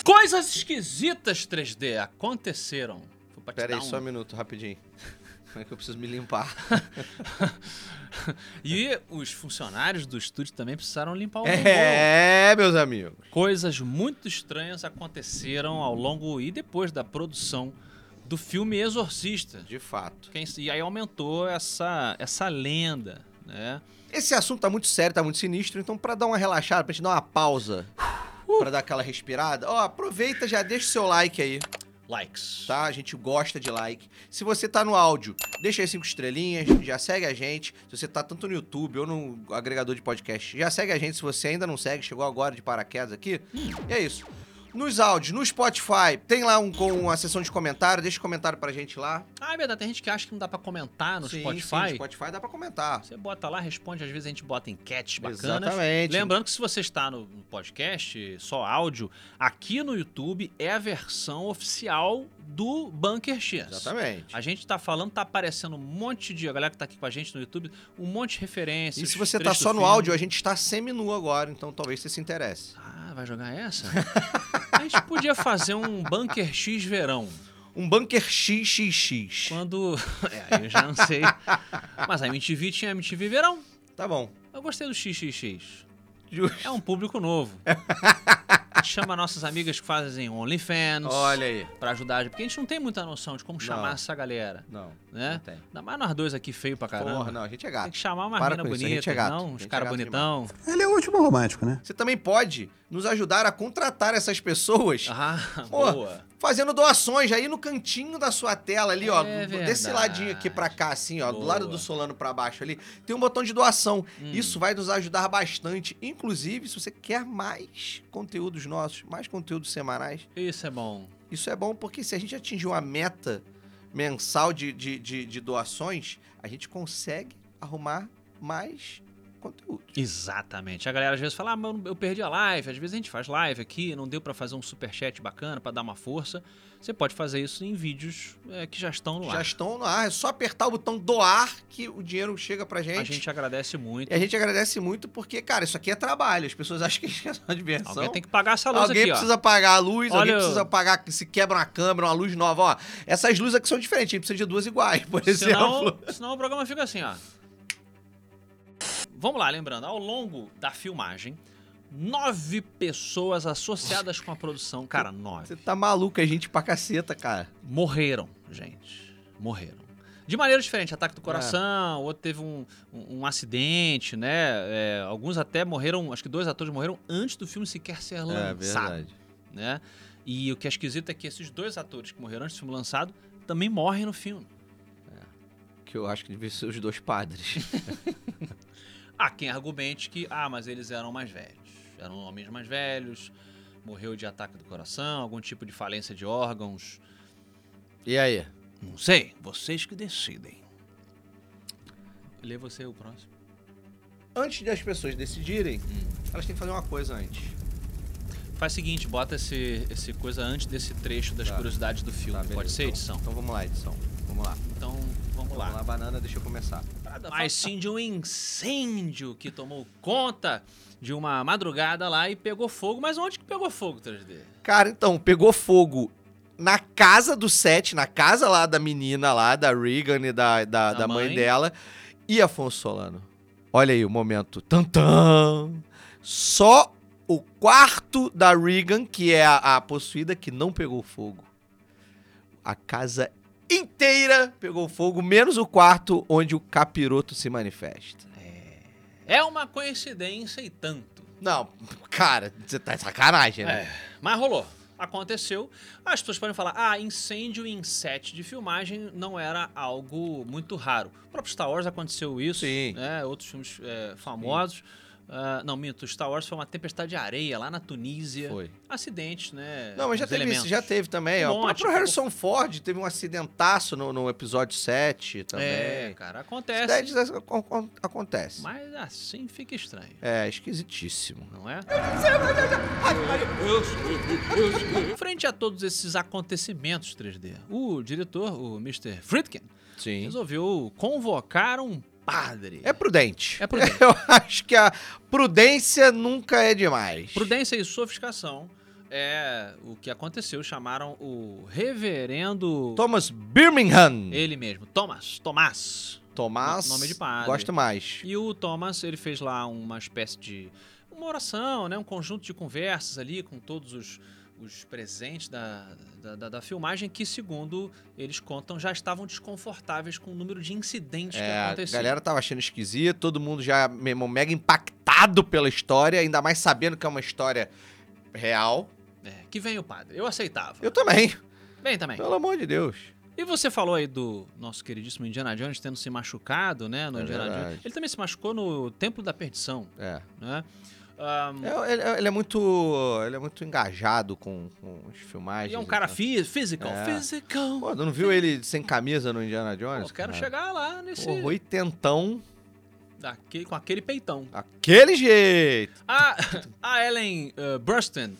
[SPEAKER 1] Coisas esquisitas 3D aconteceram. Foi pra te
[SPEAKER 2] Pera
[SPEAKER 1] dar
[SPEAKER 2] aí, só
[SPEAKER 1] um-
[SPEAKER 2] um minuto, rapidinho. Como é que eu preciso me limpar?
[SPEAKER 1] E os funcionários do estúdio também precisaram limpar o bumbum.
[SPEAKER 2] É, meus amigos.
[SPEAKER 1] Coisas muito estranhas aconteceram ao longo e depois da produção do filme Exorcista.
[SPEAKER 2] De fato.
[SPEAKER 1] Quem- E aí aumentou essa, essa lenda, né?
[SPEAKER 2] Esse assunto tá muito sério, tá muito sinistro, então pra dar uma relaxada, pra gente dar uma pausa, pra dar aquela respirada, ó, aproveita, já deixa o seu like aí,
[SPEAKER 1] Likes.
[SPEAKER 2] tá? A gente gosta de like. Se você tá no áudio, deixa aí cinco estrelinhas, já segue a gente. Se você tá tanto no YouTube ou no agregador de podcast, já segue a gente. Se você ainda não segue, chegou agora de paraquedas aqui. E é isso. Nos áudios, no Spotify, tem lá um, com uma seção de comentário, deixa comentário pra gente lá.
[SPEAKER 1] Ah, é verdade. Tem gente que acha que não dá pra comentar Tá no
[SPEAKER 2] Sim,
[SPEAKER 1] Spotify.
[SPEAKER 2] Sim, Spotify dá pra comentar.
[SPEAKER 1] Você bota lá, responde, às vezes a gente bota enquete bacanas.
[SPEAKER 2] Exatamente.
[SPEAKER 1] Lembrando que se você está no no podcast, só áudio, aqui no YouTube é a versão oficial do Bunker X.
[SPEAKER 2] Exatamente.
[SPEAKER 1] A gente tá falando, tá aparecendo um monte de. A galera que tá aqui com a gente no YouTube, um monte de referências.
[SPEAKER 2] E se você tá
[SPEAKER 1] trechos
[SPEAKER 2] só
[SPEAKER 1] do
[SPEAKER 2] no
[SPEAKER 1] filme.
[SPEAKER 2] áudio, a gente tá semi-nu agora, então talvez você se interesse.
[SPEAKER 1] Ah, vai jogar essa? a gente podia fazer um Bunker X verão.
[SPEAKER 2] Um bunker XXX.
[SPEAKER 1] Quando. É, aí eu já não sei. Mas a MTV tinha MTV verão.
[SPEAKER 2] Tá bom.
[SPEAKER 1] Eu gostei do XXX.
[SPEAKER 2] Justo.
[SPEAKER 1] É um público novo. Chama nossas amigas que fazem OnlyFans.
[SPEAKER 2] Olha aí.
[SPEAKER 1] Pra ajudar, porque a gente não tem muita noção de como chamar
[SPEAKER 2] Não.
[SPEAKER 1] essa galera,
[SPEAKER 2] Não,
[SPEAKER 1] né?
[SPEAKER 2] não tem.
[SPEAKER 1] Ainda mais nós dois aqui feio pra caramba. né?
[SPEAKER 2] Porra, não, a gente é
[SPEAKER 1] Tem
[SPEAKER 2] gato.
[SPEAKER 1] que chamar uma
[SPEAKER 2] Para
[SPEAKER 1] mina
[SPEAKER 2] com isso, a gente
[SPEAKER 1] bonita,
[SPEAKER 2] é gato. A
[SPEAKER 1] não?
[SPEAKER 2] gente
[SPEAKER 1] Os
[SPEAKER 2] é
[SPEAKER 1] caras
[SPEAKER 2] gato
[SPEAKER 1] bonitão.
[SPEAKER 5] Ele é o último romântico, né?
[SPEAKER 2] Você também pode nos ajudar a contratar essas pessoas
[SPEAKER 1] Ah,
[SPEAKER 2] Porra,
[SPEAKER 1] boa.
[SPEAKER 2] fazendo doações aí no cantinho da sua tela ali, ó.
[SPEAKER 1] É
[SPEAKER 2] Desse
[SPEAKER 1] verdade.
[SPEAKER 2] ladinho aqui pra cá, assim, ó. Do
[SPEAKER 1] Boa. Hum.
[SPEAKER 2] lado do Solano pra baixo ali. Tem um botão de doação. Isso vai nos ajudar bastante. Inclusive, se você quer mais conteúdos nossos, mais conteúdos semanais,
[SPEAKER 1] Isso é bom.
[SPEAKER 2] Isso é bom porque se a gente atingir uma meta mensal de, de, de, de doações, a gente consegue arrumar mais conteúdo.
[SPEAKER 1] Exatamente. A galera às vezes fala, ah, mas eu perdi a live. Às vezes a gente faz live aqui, não deu pra fazer um superchat bacana, pra dar uma força. Você pode fazer isso em vídeos é, que já estão no
[SPEAKER 2] Já
[SPEAKER 1] ar.
[SPEAKER 2] estão no ar, é só apertar o botão doar que o dinheiro chega pra gente. É
[SPEAKER 1] A gente agradece muito.
[SPEAKER 2] E a gente agradece muito porque, cara, isso aqui é trabalho. As pessoas acham que isso é só diversão.
[SPEAKER 1] Alguém tem que pagar essa luz
[SPEAKER 2] Alguém
[SPEAKER 1] aqui,
[SPEAKER 2] precisa pagar a luz,
[SPEAKER 1] Olha
[SPEAKER 2] alguém
[SPEAKER 1] o-
[SPEAKER 2] precisa pagar que se quebra uma câmera, uma luz nova. Ó, essas luzes aqui são diferentes, a gente precisa de duas iguais, por
[SPEAKER 1] ó.
[SPEAKER 2] exemplo.
[SPEAKER 1] Senão, senão o programa fica assim, ó. Vamos lá, lembrando, ao longo da filmagem, nove pessoas associadas com a produção, cara, nove,
[SPEAKER 2] Você tá maluco, a gente pra caceta, cara.
[SPEAKER 1] morreram, gente. Morreram. De maneira diferente, ataque do coração, outro teve um, um, um acidente, né? É, alguns até morreram, acho que dois atores morreram antes do filme sequer ser lançado. né? E o que é esquisito é que esses dois atores que morreram antes do filme lançado também morrem no filme.
[SPEAKER 2] Que eu acho que devia ser os dois padres.
[SPEAKER 1] Há Ah, quem argumente que, ah, mas eles eram mais velhos. Eram homens mais velhos, morreu de ataque do coração, algum tipo de falência de órgãos.
[SPEAKER 2] E aí?
[SPEAKER 1] Não sei, vocês que decidem. Lê você o próximo.
[SPEAKER 2] Antes das pessoas decidirem,
[SPEAKER 1] Hum.
[SPEAKER 2] elas têm que fazer uma coisa antes.
[SPEAKER 1] Tá, Faz o seguinte, bota esse, esse coisa antes desse trecho das
[SPEAKER 2] Tá.
[SPEAKER 1] curiosidades do filme.
[SPEAKER 2] Tá, beleza,
[SPEAKER 1] Pode ser,
[SPEAKER 2] então.
[SPEAKER 1] edição?
[SPEAKER 2] Então vamos lá, edição. Vamos lá.
[SPEAKER 1] Então, vamos
[SPEAKER 2] Vamos
[SPEAKER 1] lá.
[SPEAKER 2] lá, banana, deixa eu começar.
[SPEAKER 1] Mas sim de um incêndio que tomou conta de uma madrugada lá e pegou fogo. Mas onde que pegou fogo, 3D?
[SPEAKER 2] Cara, então, pegou fogo na casa do Seth, na casa lá da menina lá, da Regan e da, da,
[SPEAKER 1] Da
[SPEAKER 2] da mãe.
[SPEAKER 1] mãe.
[SPEAKER 2] dela. E Afonso Solano. Olha aí o momento. Tantã! Só o quarto da Regan, que é a, a possuída, que não pegou fogo. A casa inteira pegou fogo, menos o quarto onde o capiroto se manifesta.
[SPEAKER 1] É uma coincidência e tanto.
[SPEAKER 2] Não, cara, você tá de sacanagem, né?
[SPEAKER 1] É, mas rolou. Aconteceu. As pessoas podem falar, ah, incêndio em set de filmagem não era algo muito raro. O próprio Star Wars aconteceu isso,
[SPEAKER 2] Sim.
[SPEAKER 1] né? Outros filmes é, famosos. Ah, não, minto, Star Wars foi uma tempestade de areia lá na Tunísia.
[SPEAKER 2] Foi.
[SPEAKER 1] Acidentes, né?
[SPEAKER 2] Não, mas já
[SPEAKER 1] Os
[SPEAKER 2] teve, isso,
[SPEAKER 1] elementos.
[SPEAKER 2] já teve também.
[SPEAKER 1] Um
[SPEAKER 2] ó. O
[SPEAKER 1] monte,
[SPEAKER 2] próprio
[SPEAKER 1] pô.
[SPEAKER 2] Harrison Ford teve um acidentaço no, no episódio 7 também.
[SPEAKER 1] É,
[SPEAKER 2] É,
[SPEAKER 1] cara,
[SPEAKER 2] acontece.
[SPEAKER 1] acontece.
[SPEAKER 2] acontece.
[SPEAKER 1] Mas assim fica estranho,
[SPEAKER 2] É, esquisitíssimo.
[SPEAKER 1] não é? Frente a todos esses acontecimentos 3D, o diretor, o Mr. Friedkin,
[SPEAKER 2] Sim.
[SPEAKER 1] resolveu convocar um padre.
[SPEAKER 2] É prudente.
[SPEAKER 1] É prudente.
[SPEAKER 2] Eu acho que a prudência nunca é demais.
[SPEAKER 1] Prudência e sofisticação é o que aconteceu. Chamaram o reverendo.
[SPEAKER 2] Thomas Birmingham.
[SPEAKER 1] Ele mesmo, Thomas. Tomás.
[SPEAKER 2] Tomás.
[SPEAKER 1] No- nome de padre.
[SPEAKER 2] Gosto mais.
[SPEAKER 1] E o Thomas, ele fez lá uma espécie de. Uma oração, né? Um conjunto de conversas ali com todos os. os presentes da, da, da- da filmagem, que, segundo eles contam, já estavam desconfortáveis com o número de incidentes que
[SPEAKER 2] É, a
[SPEAKER 1] aconteciam.
[SPEAKER 2] galera tava achando esquisito, todo mundo já meu irmão, mega impactado pela história, ainda mais sabendo que é uma história real.
[SPEAKER 1] É, que vem o padre. Eu aceitava.
[SPEAKER 2] Eu também,
[SPEAKER 1] Vem também.
[SPEAKER 2] pelo amor de Deus.
[SPEAKER 1] E você falou aí do nosso queridíssimo Indiana Jones tendo se machucado, né? No
[SPEAKER 2] É
[SPEAKER 1] Indiana
[SPEAKER 2] verdade.
[SPEAKER 1] Jones. Ele também se machucou no Templo da Perdição,
[SPEAKER 2] É.
[SPEAKER 1] né? Ah,
[SPEAKER 2] É, Ele, ele é muito. Ele é muito engajado com, com as filmagens.
[SPEAKER 1] e é um cara
[SPEAKER 2] tal.
[SPEAKER 1] fí- physical.
[SPEAKER 2] É.
[SPEAKER 1] Physical.
[SPEAKER 2] Pô, tu não viu ele sem camisa no Indiana
[SPEAKER 1] Pô,
[SPEAKER 2] Jones?
[SPEAKER 1] quero
[SPEAKER 2] cara?
[SPEAKER 1] chegar lá nesse.
[SPEAKER 2] Porra, oitentão,
[SPEAKER 1] daquele- com aquele peitão.
[SPEAKER 2] aquele jeito.
[SPEAKER 1] A, a Ellen eh, Burstyn,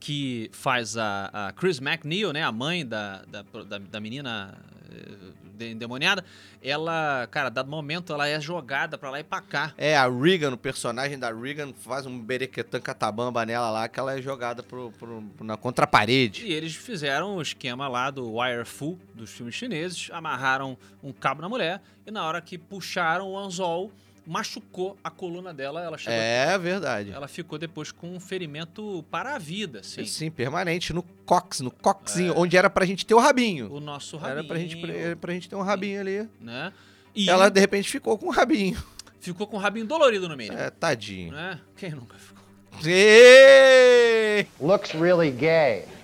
[SPEAKER 1] que faz a, a Chris McNeil, né? A mãe da, da, da, da menina eh, de- endemoniada. Ela, cara, dado momento, ela é jogada pra lá e pra cá.
[SPEAKER 2] É, a Regan, o personagem da Regan, faz um berequetã catabamba nela lá, que ela é jogada pro, pro- na contraparede.
[SPEAKER 1] E eles fizeram o esquema lá do wire full dos filmes chineses, amarraram um cabo na mulher e na hora que puxaram o anzol, machucou a coluna dela, ela chegou-
[SPEAKER 2] É verdade.
[SPEAKER 1] ela ficou depois com um ferimento para a vida, assim.
[SPEAKER 2] Sim. permanente, no cox, no coxinho, onde era pra gente ter o rabinho.
[SPEAKER 1] É. O nosso rabinho,
[SPEAKER 2] Era pra gente, era pra gente ter um rabinho ali.
[SPEAKER 1] né? E
[SPEAKER 2] Ela, de repente, ficou com o rabinho.
[SPEAKER 1] ficou com o rabinho dolorido no meio,
[SPEAKER 2] É, tadinho.
[SPEAKER 1] né? Quem nunca ficou?
[SPEAKER 2] Ê!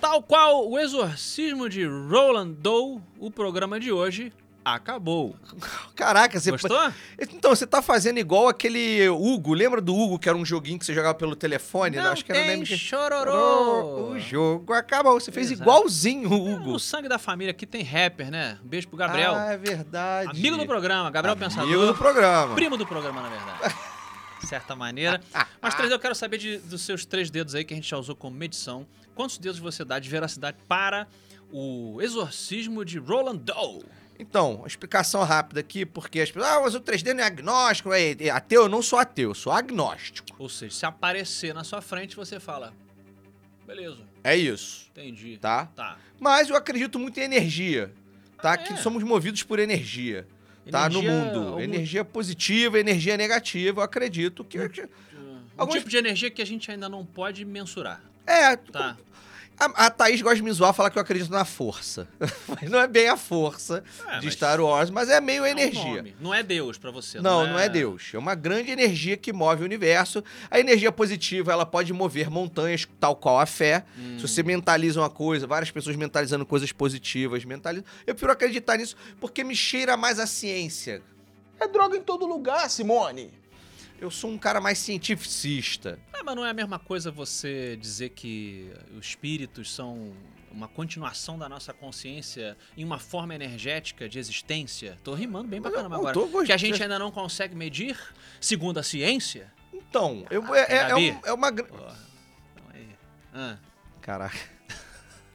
[SPEAKER 1] Tal qual o exorcismo de Roland Doe, o programa de hoje acabou.
[SPEAKER 2] Caraca, você...
[SPEAKER 1] Gostou?
[SPEAKER 2] Então, você tá fazendo igual aquele Hugo. Lembra do Hugo, que era um joguinho que você jogava pelo telefone?
[SPEAKER 1] Não
[SPEAKER 2] né? Acho que era
[SPEAKER 1] tem
[SPEAKER 2] nem-
[SPEAKER 1] chororô.
[SPEAKER 2] O jogo acabou. Você fez
[SPEAKER 1] Exato.
[SPEAKER 2] igualzinho o
[SPEAKER 1] É,
[SPEAKER 2] Hugo.
[SPEAKER 1] No sangue da família aqui tem rapper, né? Um beijo pro Gabriel.
[SPEAKER 2] Ah, é verdade.
[SPEAKER 1] amigo do programa, Gabriel
[SPEAKER 2] Amigo do
[SPEAKER 1] Pensador.
[SPEAKER 2] programa. Ah,
[SPEAKER 1] Primo do programa, na verdade. De certa maneira. Mas, Três, eu quero saber de- dos seus três dedos aí que a gente já usou como medição. Quantos dedos você dá de veracidade para o exorcismo de Roland Doe?
[SPEAKER 2] Então, uma explicação rápida aqui, porque as pessoas... Ah, mas o 3D não é agnóstico, é é ateu. Eu não sou ateu, eu sou agnóstico.
[SPEAKER 1] Ou seja, se aparecer na sua frente, você fala: beleza,
[SPEAKER 2] É isso,
[SPEAKER 1] entendi.
[SPEAKER 2] tá?
[SPEAKER 1] Tá.
[SPEAKER 2] Mas eu acredito muito em energia, tá?
[SPEAKER 1] Ah,
[SPEAKER 2] que
[SPEAKER 1] é?
[SPEAKER 2] somos movidos por energia, tá? No
[SPEAKER 1] Energia-
[SPEAKER 2] mundo.
[SPEAKER 1] algum-
[SPEAKER 2] Energia positiva, energia negativa, eu acredito que...
[SPEAKER 1] Um
[SPEAKER 2] Alguns-
[SPEAKER 1] tipo de energia que a gente ainda não pode mensurar.
[SPEAKER 2] É,
[SPEAKER 1] Tá.
[SPEAKER 2] A, a Thaís gosta de me zoar falar que eu acredito na força. mas não é bem a força
[SPEAKER 1] É,
[SPEAKER 2] de
[SPEAKER 1] mas-
[SPEAKER 2] Star Wars, mas é meio
[SPEAKER 1] É um
[SPEAKER 2] energia.
[SPEAKER 1] nome. não é Deus pra você.
[SPEAKER 2] não, não é Deus. É uma grande energia que move o universo. A energia positiva, ela pode mover montanhas, tal qual a fé. Se
[SPEAKER 1] Hum.
[SPEAKER 2] você mentaliza uma coisa, várias pessoas mentalizando coisas positivas, mentaliza. Eu prefiro acreditar nisso porque me cheira mais a ciência.
[SPEAKER 4] É droga em todo lugar, Simone.
[SPEAKER 2] Eu sou um cara mais cientificista.
[SPEAKER 1] Ah, mas não é a mesma coisa você dizer que os espíritos são uma continuação da nossa consciência em uma forma energética de existência? Tô rimando bem pra
[SPEAKER 2] Mas eu-
[SPEAKER 1] caramba
[SPEAKER 2] eu
[SPEAKER 1] agora.
[SPEAKER 2] tô gostando.
[SPEAKER 1] Que a gente ainda não consegue medir, segundo a ciência?
[SPEAKER 2] Então, eu, é, é- é
[SPEAKER 1] Ah, Gabi.
[SPEAKER 2] um- é uma. gran-
[SPEAKER 1] Então é- Ah,
[SPEAKER 2] Caraca.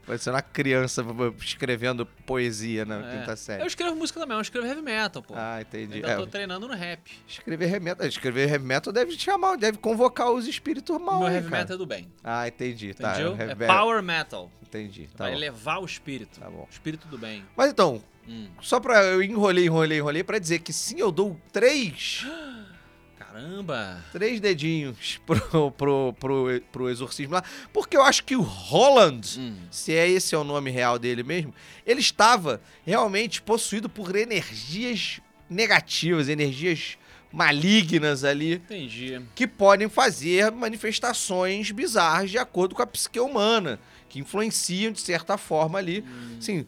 [SPEAKER 2] Parecendo uma criança escrevendo poesia na
[SPEAKER 1] é.
[SPEAKER 2] quinta série.
[SPEAKER 1] Eu escrevo música também, eu escrevo heavy metal, pô.
[SPEAKER 2] Ah, entendi.
[SPEAKER 1] ainda
[SPEAKER 2] É, Tá
[SPEAKER 1] tô treinando no rap.
[SPEAKER 2] Escrever remeto, escrever remeto deve chamar, deve convocar os espíritos mal,
[SPEAKER 1] Meu
[SPEAKER 2] hein,
[SPEAKER 1] heavy
[SPEAKER 2] cara.
[SPEAKER 1] metal é do bem,
[SPEAKER 2] Ah, entendi, tá.
[SPEAKER 1] entendeu? é
[SPEAKER 2] reve-
[SPEAKER 1] power metal.
[SPEAKER 2] Entendi, tá
[SPEAKER 1] vai
[SPEAKER 2] bom.
[SPEAKER 1] elevar o espírito.
[SPEAKER 2] Tá bom.
[SPEAKER 1] O espírito do bem.
[SPEAKER 2] Mas então,
[SPEAKER 1] Hum.
[SPEAKER 2] só pra eu enrolei, enrolei, enrolei pra dizer que sim, eu dou três,
[SPEAKER 1] Caramba!
[SPEAKER 2] três dedinhos pro, pro, pro, pro exorcismo lá, porque eu acho que o Holland,
[SPEAKER 1] Hum.
[SPEAKER 2] se é esse é o nome real dele mesmo, ele estava realmente possuído por energias negativas, energias malignas ali.
[SPEAKER 1] Entendi.
[SPEAKER 2] que podem fazer manifestações bizarras de acordo com a psique humana, que influenciam de certa forma ali. Assim,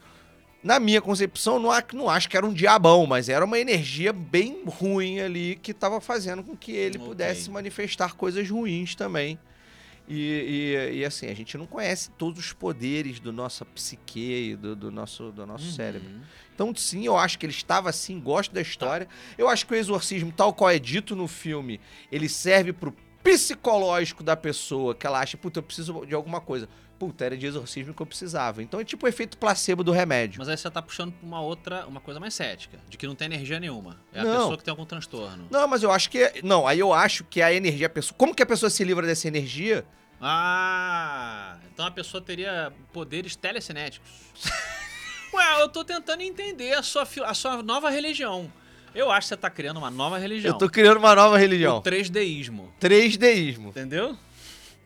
[SPEAKER 2] na minha concepção, não, a- não acho que era um diabão, mas era uma energia bem ruim ali que estava fazendo com que ele
[SPEAKER 1] Ok.
[SPEAKER 2] pudesse manifestar coisas ruins também. E, e- e, assim, a gente não conhece todos os poderes do nossa psique e do, do nosso, do
[SPEAKER 1] Uhum.
[SPEAKER 2] nosso cérebro. Então, sim, eu acho que ele estava assim, gosto da história. Eu acho que o exorcismo, tal qual é dito no filme, ele serve pro psicológico da pessoa, que ela acha, puta, eu preciso de alguma coisa. Puta, era de exorcismo que eu precisava. Então é tipo o efeito placebo do remédio.
[SPEAKER 1] Mas aí você tá puxando pra uma outra, uma coisa mais cética, de que não tem energia nenhuma. É a
[SPEAKER 2] Não.
[SPEAKER 1] pessoa que tem algum transtorno.
[SPEAKER 2] Não, mas eu acho que. é, Não, aí eu acho que é a energia. A pessoa, como que a pessoa se livra dessa energia?
[SPEAKER 1] Ah, então a pessoa teria poderes telecinéticos. Ué, eu tô tentando entender a sua, fi- a sua nova religião. Eu acho que você tá criando uma nova religião.
[SPEAKER 2] Eu tô criando uma nova religião.
[SPEAKER 1] O 3Dismo,
[SPEAKER 2] 3Dismo.
[SPEAKER 1] entendeu?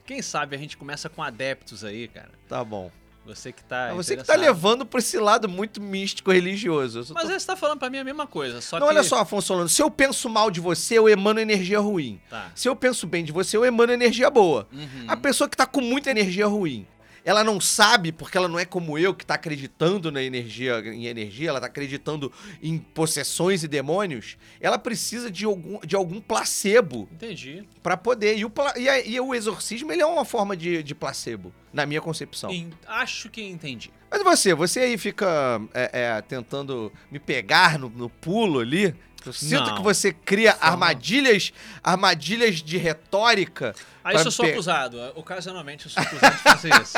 [SPEAKER 1] Quem sabe a gente começa com adeptos aí, cara.
[SPEAKER 2] Tá bom.
[SPEAKER 1] Você que tá.
[SPEAKER 2] É você que tá
[SPEAKER 1] interessado.
[SPEAKER 2] levando pra esse lado muito místico religioso. Eu só
[SPEAKER 1] Mas
[SPEAKER 2] tô-
[SPEAKER 1] aí você tá falando pra mim a mesma coisa. Só
[SPEAKER 2] Não,
[SPEAKER 1] que...
[SPEAKER 2] olha só, Afonso Solano, se eu penso mal de você, eu emano energia ruim.
[SPEAKER 1] Tá.
[SPEAKER 2] Se eu penso bem de você, eu emano energia boa.
[SPEAKER 1] Uhum.
[SPEAKER 2] A pessoa que tá com muita energia ruim, ela não sabe, porque ela não é como eu, que tá acreditando na energia, em energia, ela tá acreditando em possessões e demônios, ela precisa de algum, de algum placebo
[SPEAKER 1] Entendi.
[SPEAKER 2] pra poder. E o, pla- e a- e o exorcismo, ele é uma forma de, de placebo, na minha concepção.
[SPEAKER 1] En- Acho que entendi.
[SPEAKER 2] Mas você, você aí fica é, é, tentando me pegar no, no pulo ali. Eu sinto
[SPEAKER 1] Não.
[SPEAKER 2] que você cria armadilhas, armadilhas de retórica.
[SPEAKER 1] Aí
[SPEAKER 2] pra
[SPEAKER 1] se Ah, eu sou
[SPEAKER 2] pe-
[SPEAKER 1] acusado. Ocasionalmente eu sou acusado de fazer isso.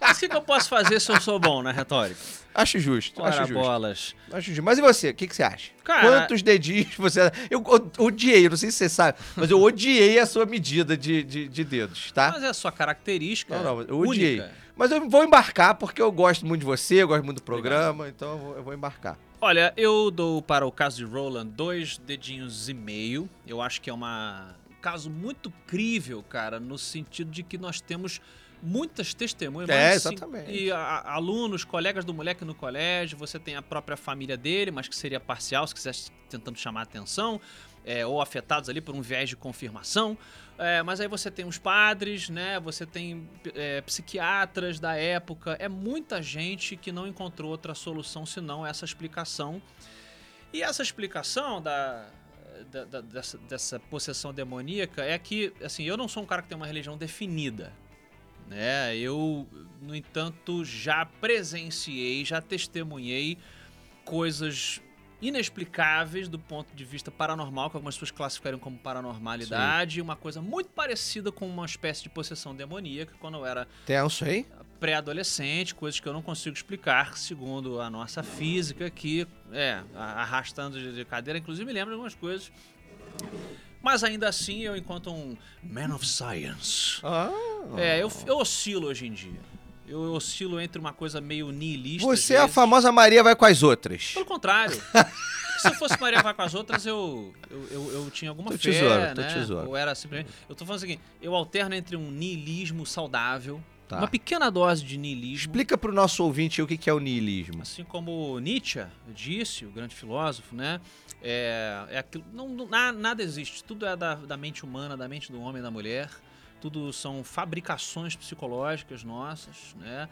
[SPEAKER 1] Mas o que, que eu posso fazer se eu sou bom na retórica?
[SPEAKER 2] Acho justo, acho
[SPEAKER 1] Ora,
[SPEAKER 2] justo,
[SPEAKER 1] bolas.
[SPEAKER 2] acho justo. Mas e você, o que, que você acha?
[SPEAKER 1] Cara-
[SPEAKER 2] Quantos dedinhos você... Eu o- odiei, não sei se você sabe, mas eu odiei a sua medida de, de, de dedos, tá?
[SPEAKER 1] Mas é a sua característica.
[SPEAKER 2] Não, não, eu
[SPEAKER 1] é única.
[SPEAKER 2] odiei. Mas eu vou embarcar porque eu gosto muito de você, eu gosto muito do programa, então eu vou, eu vou embarcar.
[SPEAKER 1] Olha, eu dou para o caso de Roland dois dedinhos e meio. Eu acho que é uma um caso muito crível, cara, no sentido de que nós temos muitas testemunhas.
[SPEAKER 2] É,
[SPEAKER 1] mais de cin-
[SPEAKER 2] exatamente.
[SPEAKER 1] E a- a- alunos, colegas do moleque no colégio, você tem a própria família dele, mas que seria parcial, se quisesse tentando chamar a atenção, é, ou afetados ali por um viés de confirmação. É, mas aí você tem os padres, né? Você tem é, psiquiatras da época. É muita gente que não encontrou outra solução senão essa explicação. E essa explicação da, da- da- dessa, dessa possessão demoníaca é que, assim, eu não sou um cara que tem uma religião definida. Né? Eu, no entanto, já presenciei, já testemunhei coisas inexplicáveis do ponto de vista paranormal, que algumas pessoas classificariam como paranormalidade, uma coisa muito parecida com uma espécie de possessão demoníaca quando eu era
[SPEAKER 2] Tenso, hein?
[SPEAKER 1] pré-adolescente, coisas que eu não consigo explicar, segundo a nossa física, que é a- arrastando de de cadeira, inclusive me lembra de algumas coisas. Mas ainda assim, eu, enquanto um man of science,
[SPEAKER 2] Ah,
[SPEAKER 1] é, eu, eu oscilo hoje em dia. Eu oscilo entre uma coisa meio niilista. às
[SPEAKER 2] Você é a
[SPEAKER 1] vezes.
[SPEAKER 2] famosa Maria vai com as outras.
[SPEAKER 1] Pelo contrário. Porque se eu fosse Maria Vá com as outras, eu, eu, eu, eu tinha alguma
[SPEAKER 2] Tô
[SPEAKER 1] fé,
[SPEAKER 2] te zoando, tô
[SPEAKER 1] né?
[SPEAKER 2] te zoando.
[SPEAKER 1] Ou era simplesmente... Eu tô falando o seguinte, eu alterno entre um niilismo saudável,
[SPEAKER 2] Tá.
[SPEAKER 1] uma pequena dose de niilismo,
[SPEAKER 2] Explica pro nosso ouvinte aí o que que é o niilismo.
[SPEAKER 1] Assim como Nietzsche disse, o grande filósofo, né? É, é aquilo, não, não- na- nada existe, tudo é da, da mente humana, da mente do homem e da mulher, tudo são fabricações psicológicas nossas, né?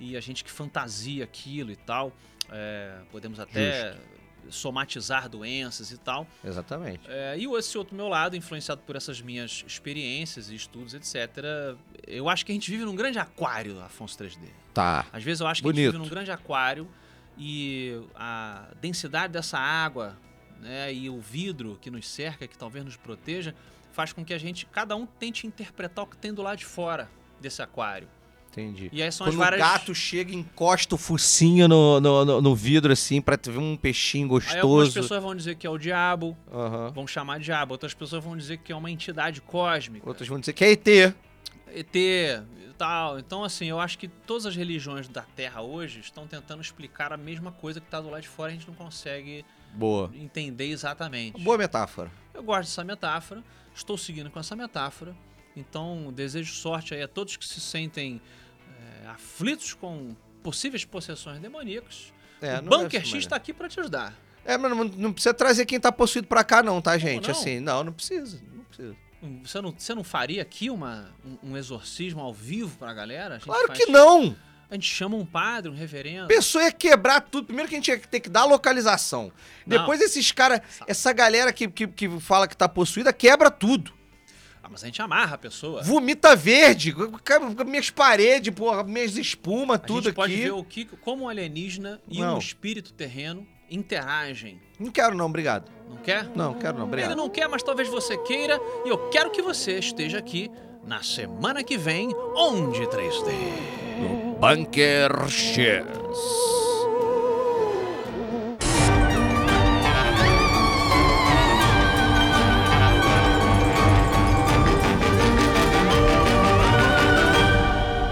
[SPEAKER 1] E a gente que fantasia aquilo e tal, é, podemos até somatizar doenças e tal.
[SPEAKER 2] Exatamente.
[SPEAKER 1] É, e esse outro meu lado, influenciado por essas minhas experiências e estudos, etc., eu acho que a gente vive num grande aquário, Afonso 3D.
[SPEAKER 2] Tá.
[SPEAKER 1] Às vezes eu acho que a
[SPEAKER 2] Bonito.
[SPEAKER 1] gente vive num grande aquário e a densidade dessa água né, e o vidro que nos cerca, que talvez nos proteja, faz com que a gente, cada um tente interpretar o que tem do lado de fora desse aquário.
[SPEAKER 2] Entendi.
[SPEAKER 1] E aí são
[SPEAKER 2] Quando
[SPEAKER 1] as várias...
[SPEAKER 2] o gato chega, encosta o focinho no, no, no- no vidro, assim, pra ter um peixinho
[SPEAKER 1] Aí algumas
[SPEAKER 2] gostoso.
[SPEAKER 1] pessoas vão dizer que é o diabo,
[SPEAKER 2] Aham.
[SPEAKER 1] vão chamar de diabo. Outras pessoas vão dizer que é uma entidade cósmica.
[SPEAKER 2] Outras vão dizer que é ET.
[SPEAKER 1] ET e tal. Então, assim, eu acho que todas as religiões da Terra hoje estão tentando explicar a mesma coisa que tá do lado de fora e a gente não consegue
[SPEAKER 2] Boa.
[SPEAKER 1] entender exatamente.
[SPEAKER 2] Boa metáfora.
[SPEAKER 1] Eu gosto dessa metáfora, estou seguindo com essa metáfora. Então, desejo sorte aí a todos que se sentem é, aflitos com possíveis possessões demoníacas.
[SPEAKER 2] É,
[SPEAKER 1] o
[SPEAKER 2] não
[SPEAKER 1] Bunker
[SPEAKER 2] deve ser
[SPEAKER 1] X está aqui para te ajudar.
[SPEAKER 2] É, mas não, não precisa trazer quem tá possuído pra cá, não, tá, gente?
[SPEAKER 1] não?
[SPEAKER 2] Assim, não, não precisa. Não precisa.
[SPEAKER 1] Um, Você não, você não faria aqui uma, um, um exorcismo ao vivo pra galera? A gente
[SPEAKER 2] Claro
[SPEAKER 1] faz-
[SPEAKER 2] que não!
[SPEAKER 1] A gente chama um padre, um reverendo.
[SPEAKER 2] A pessoa ia quebrar tudo. Primeiro que a gente ia ter que dar a localização.
[SPEAKER 1] Não.
[SPEAKER 2] Depois esses caras, essa galera que, que, que fala que tá possuída, quebra tudo.
[SPEAKER 1] Ah, mas a gente amarra a pessoa.
[SPEAKER 2] Vomita verde, ca- minhas paredes, porra, minhas espumas,
[SPEAKER 1] a
[SPEAKER 2] tudo
[SPEAKER 1] gente pode
[SPEAKER 2] aqui.
[SPEAKER 1] ver o que, como um alienígena e
[SPEAKER 2] Não.
[SPEAKER 1] um espírito terreno interagem.
[SPEAKER 2] Não quero não, obrigado.
[SPEAKER 1] Não quer?
[SPEAKER 2] Não, quero não, obrigado.
[SPEAKER 1] Ele não quer, mas talvez você queira. E eu quero que você esteja aqui na semana que vem, onde 3D.
[SPEAKER 2] Bunker Chess.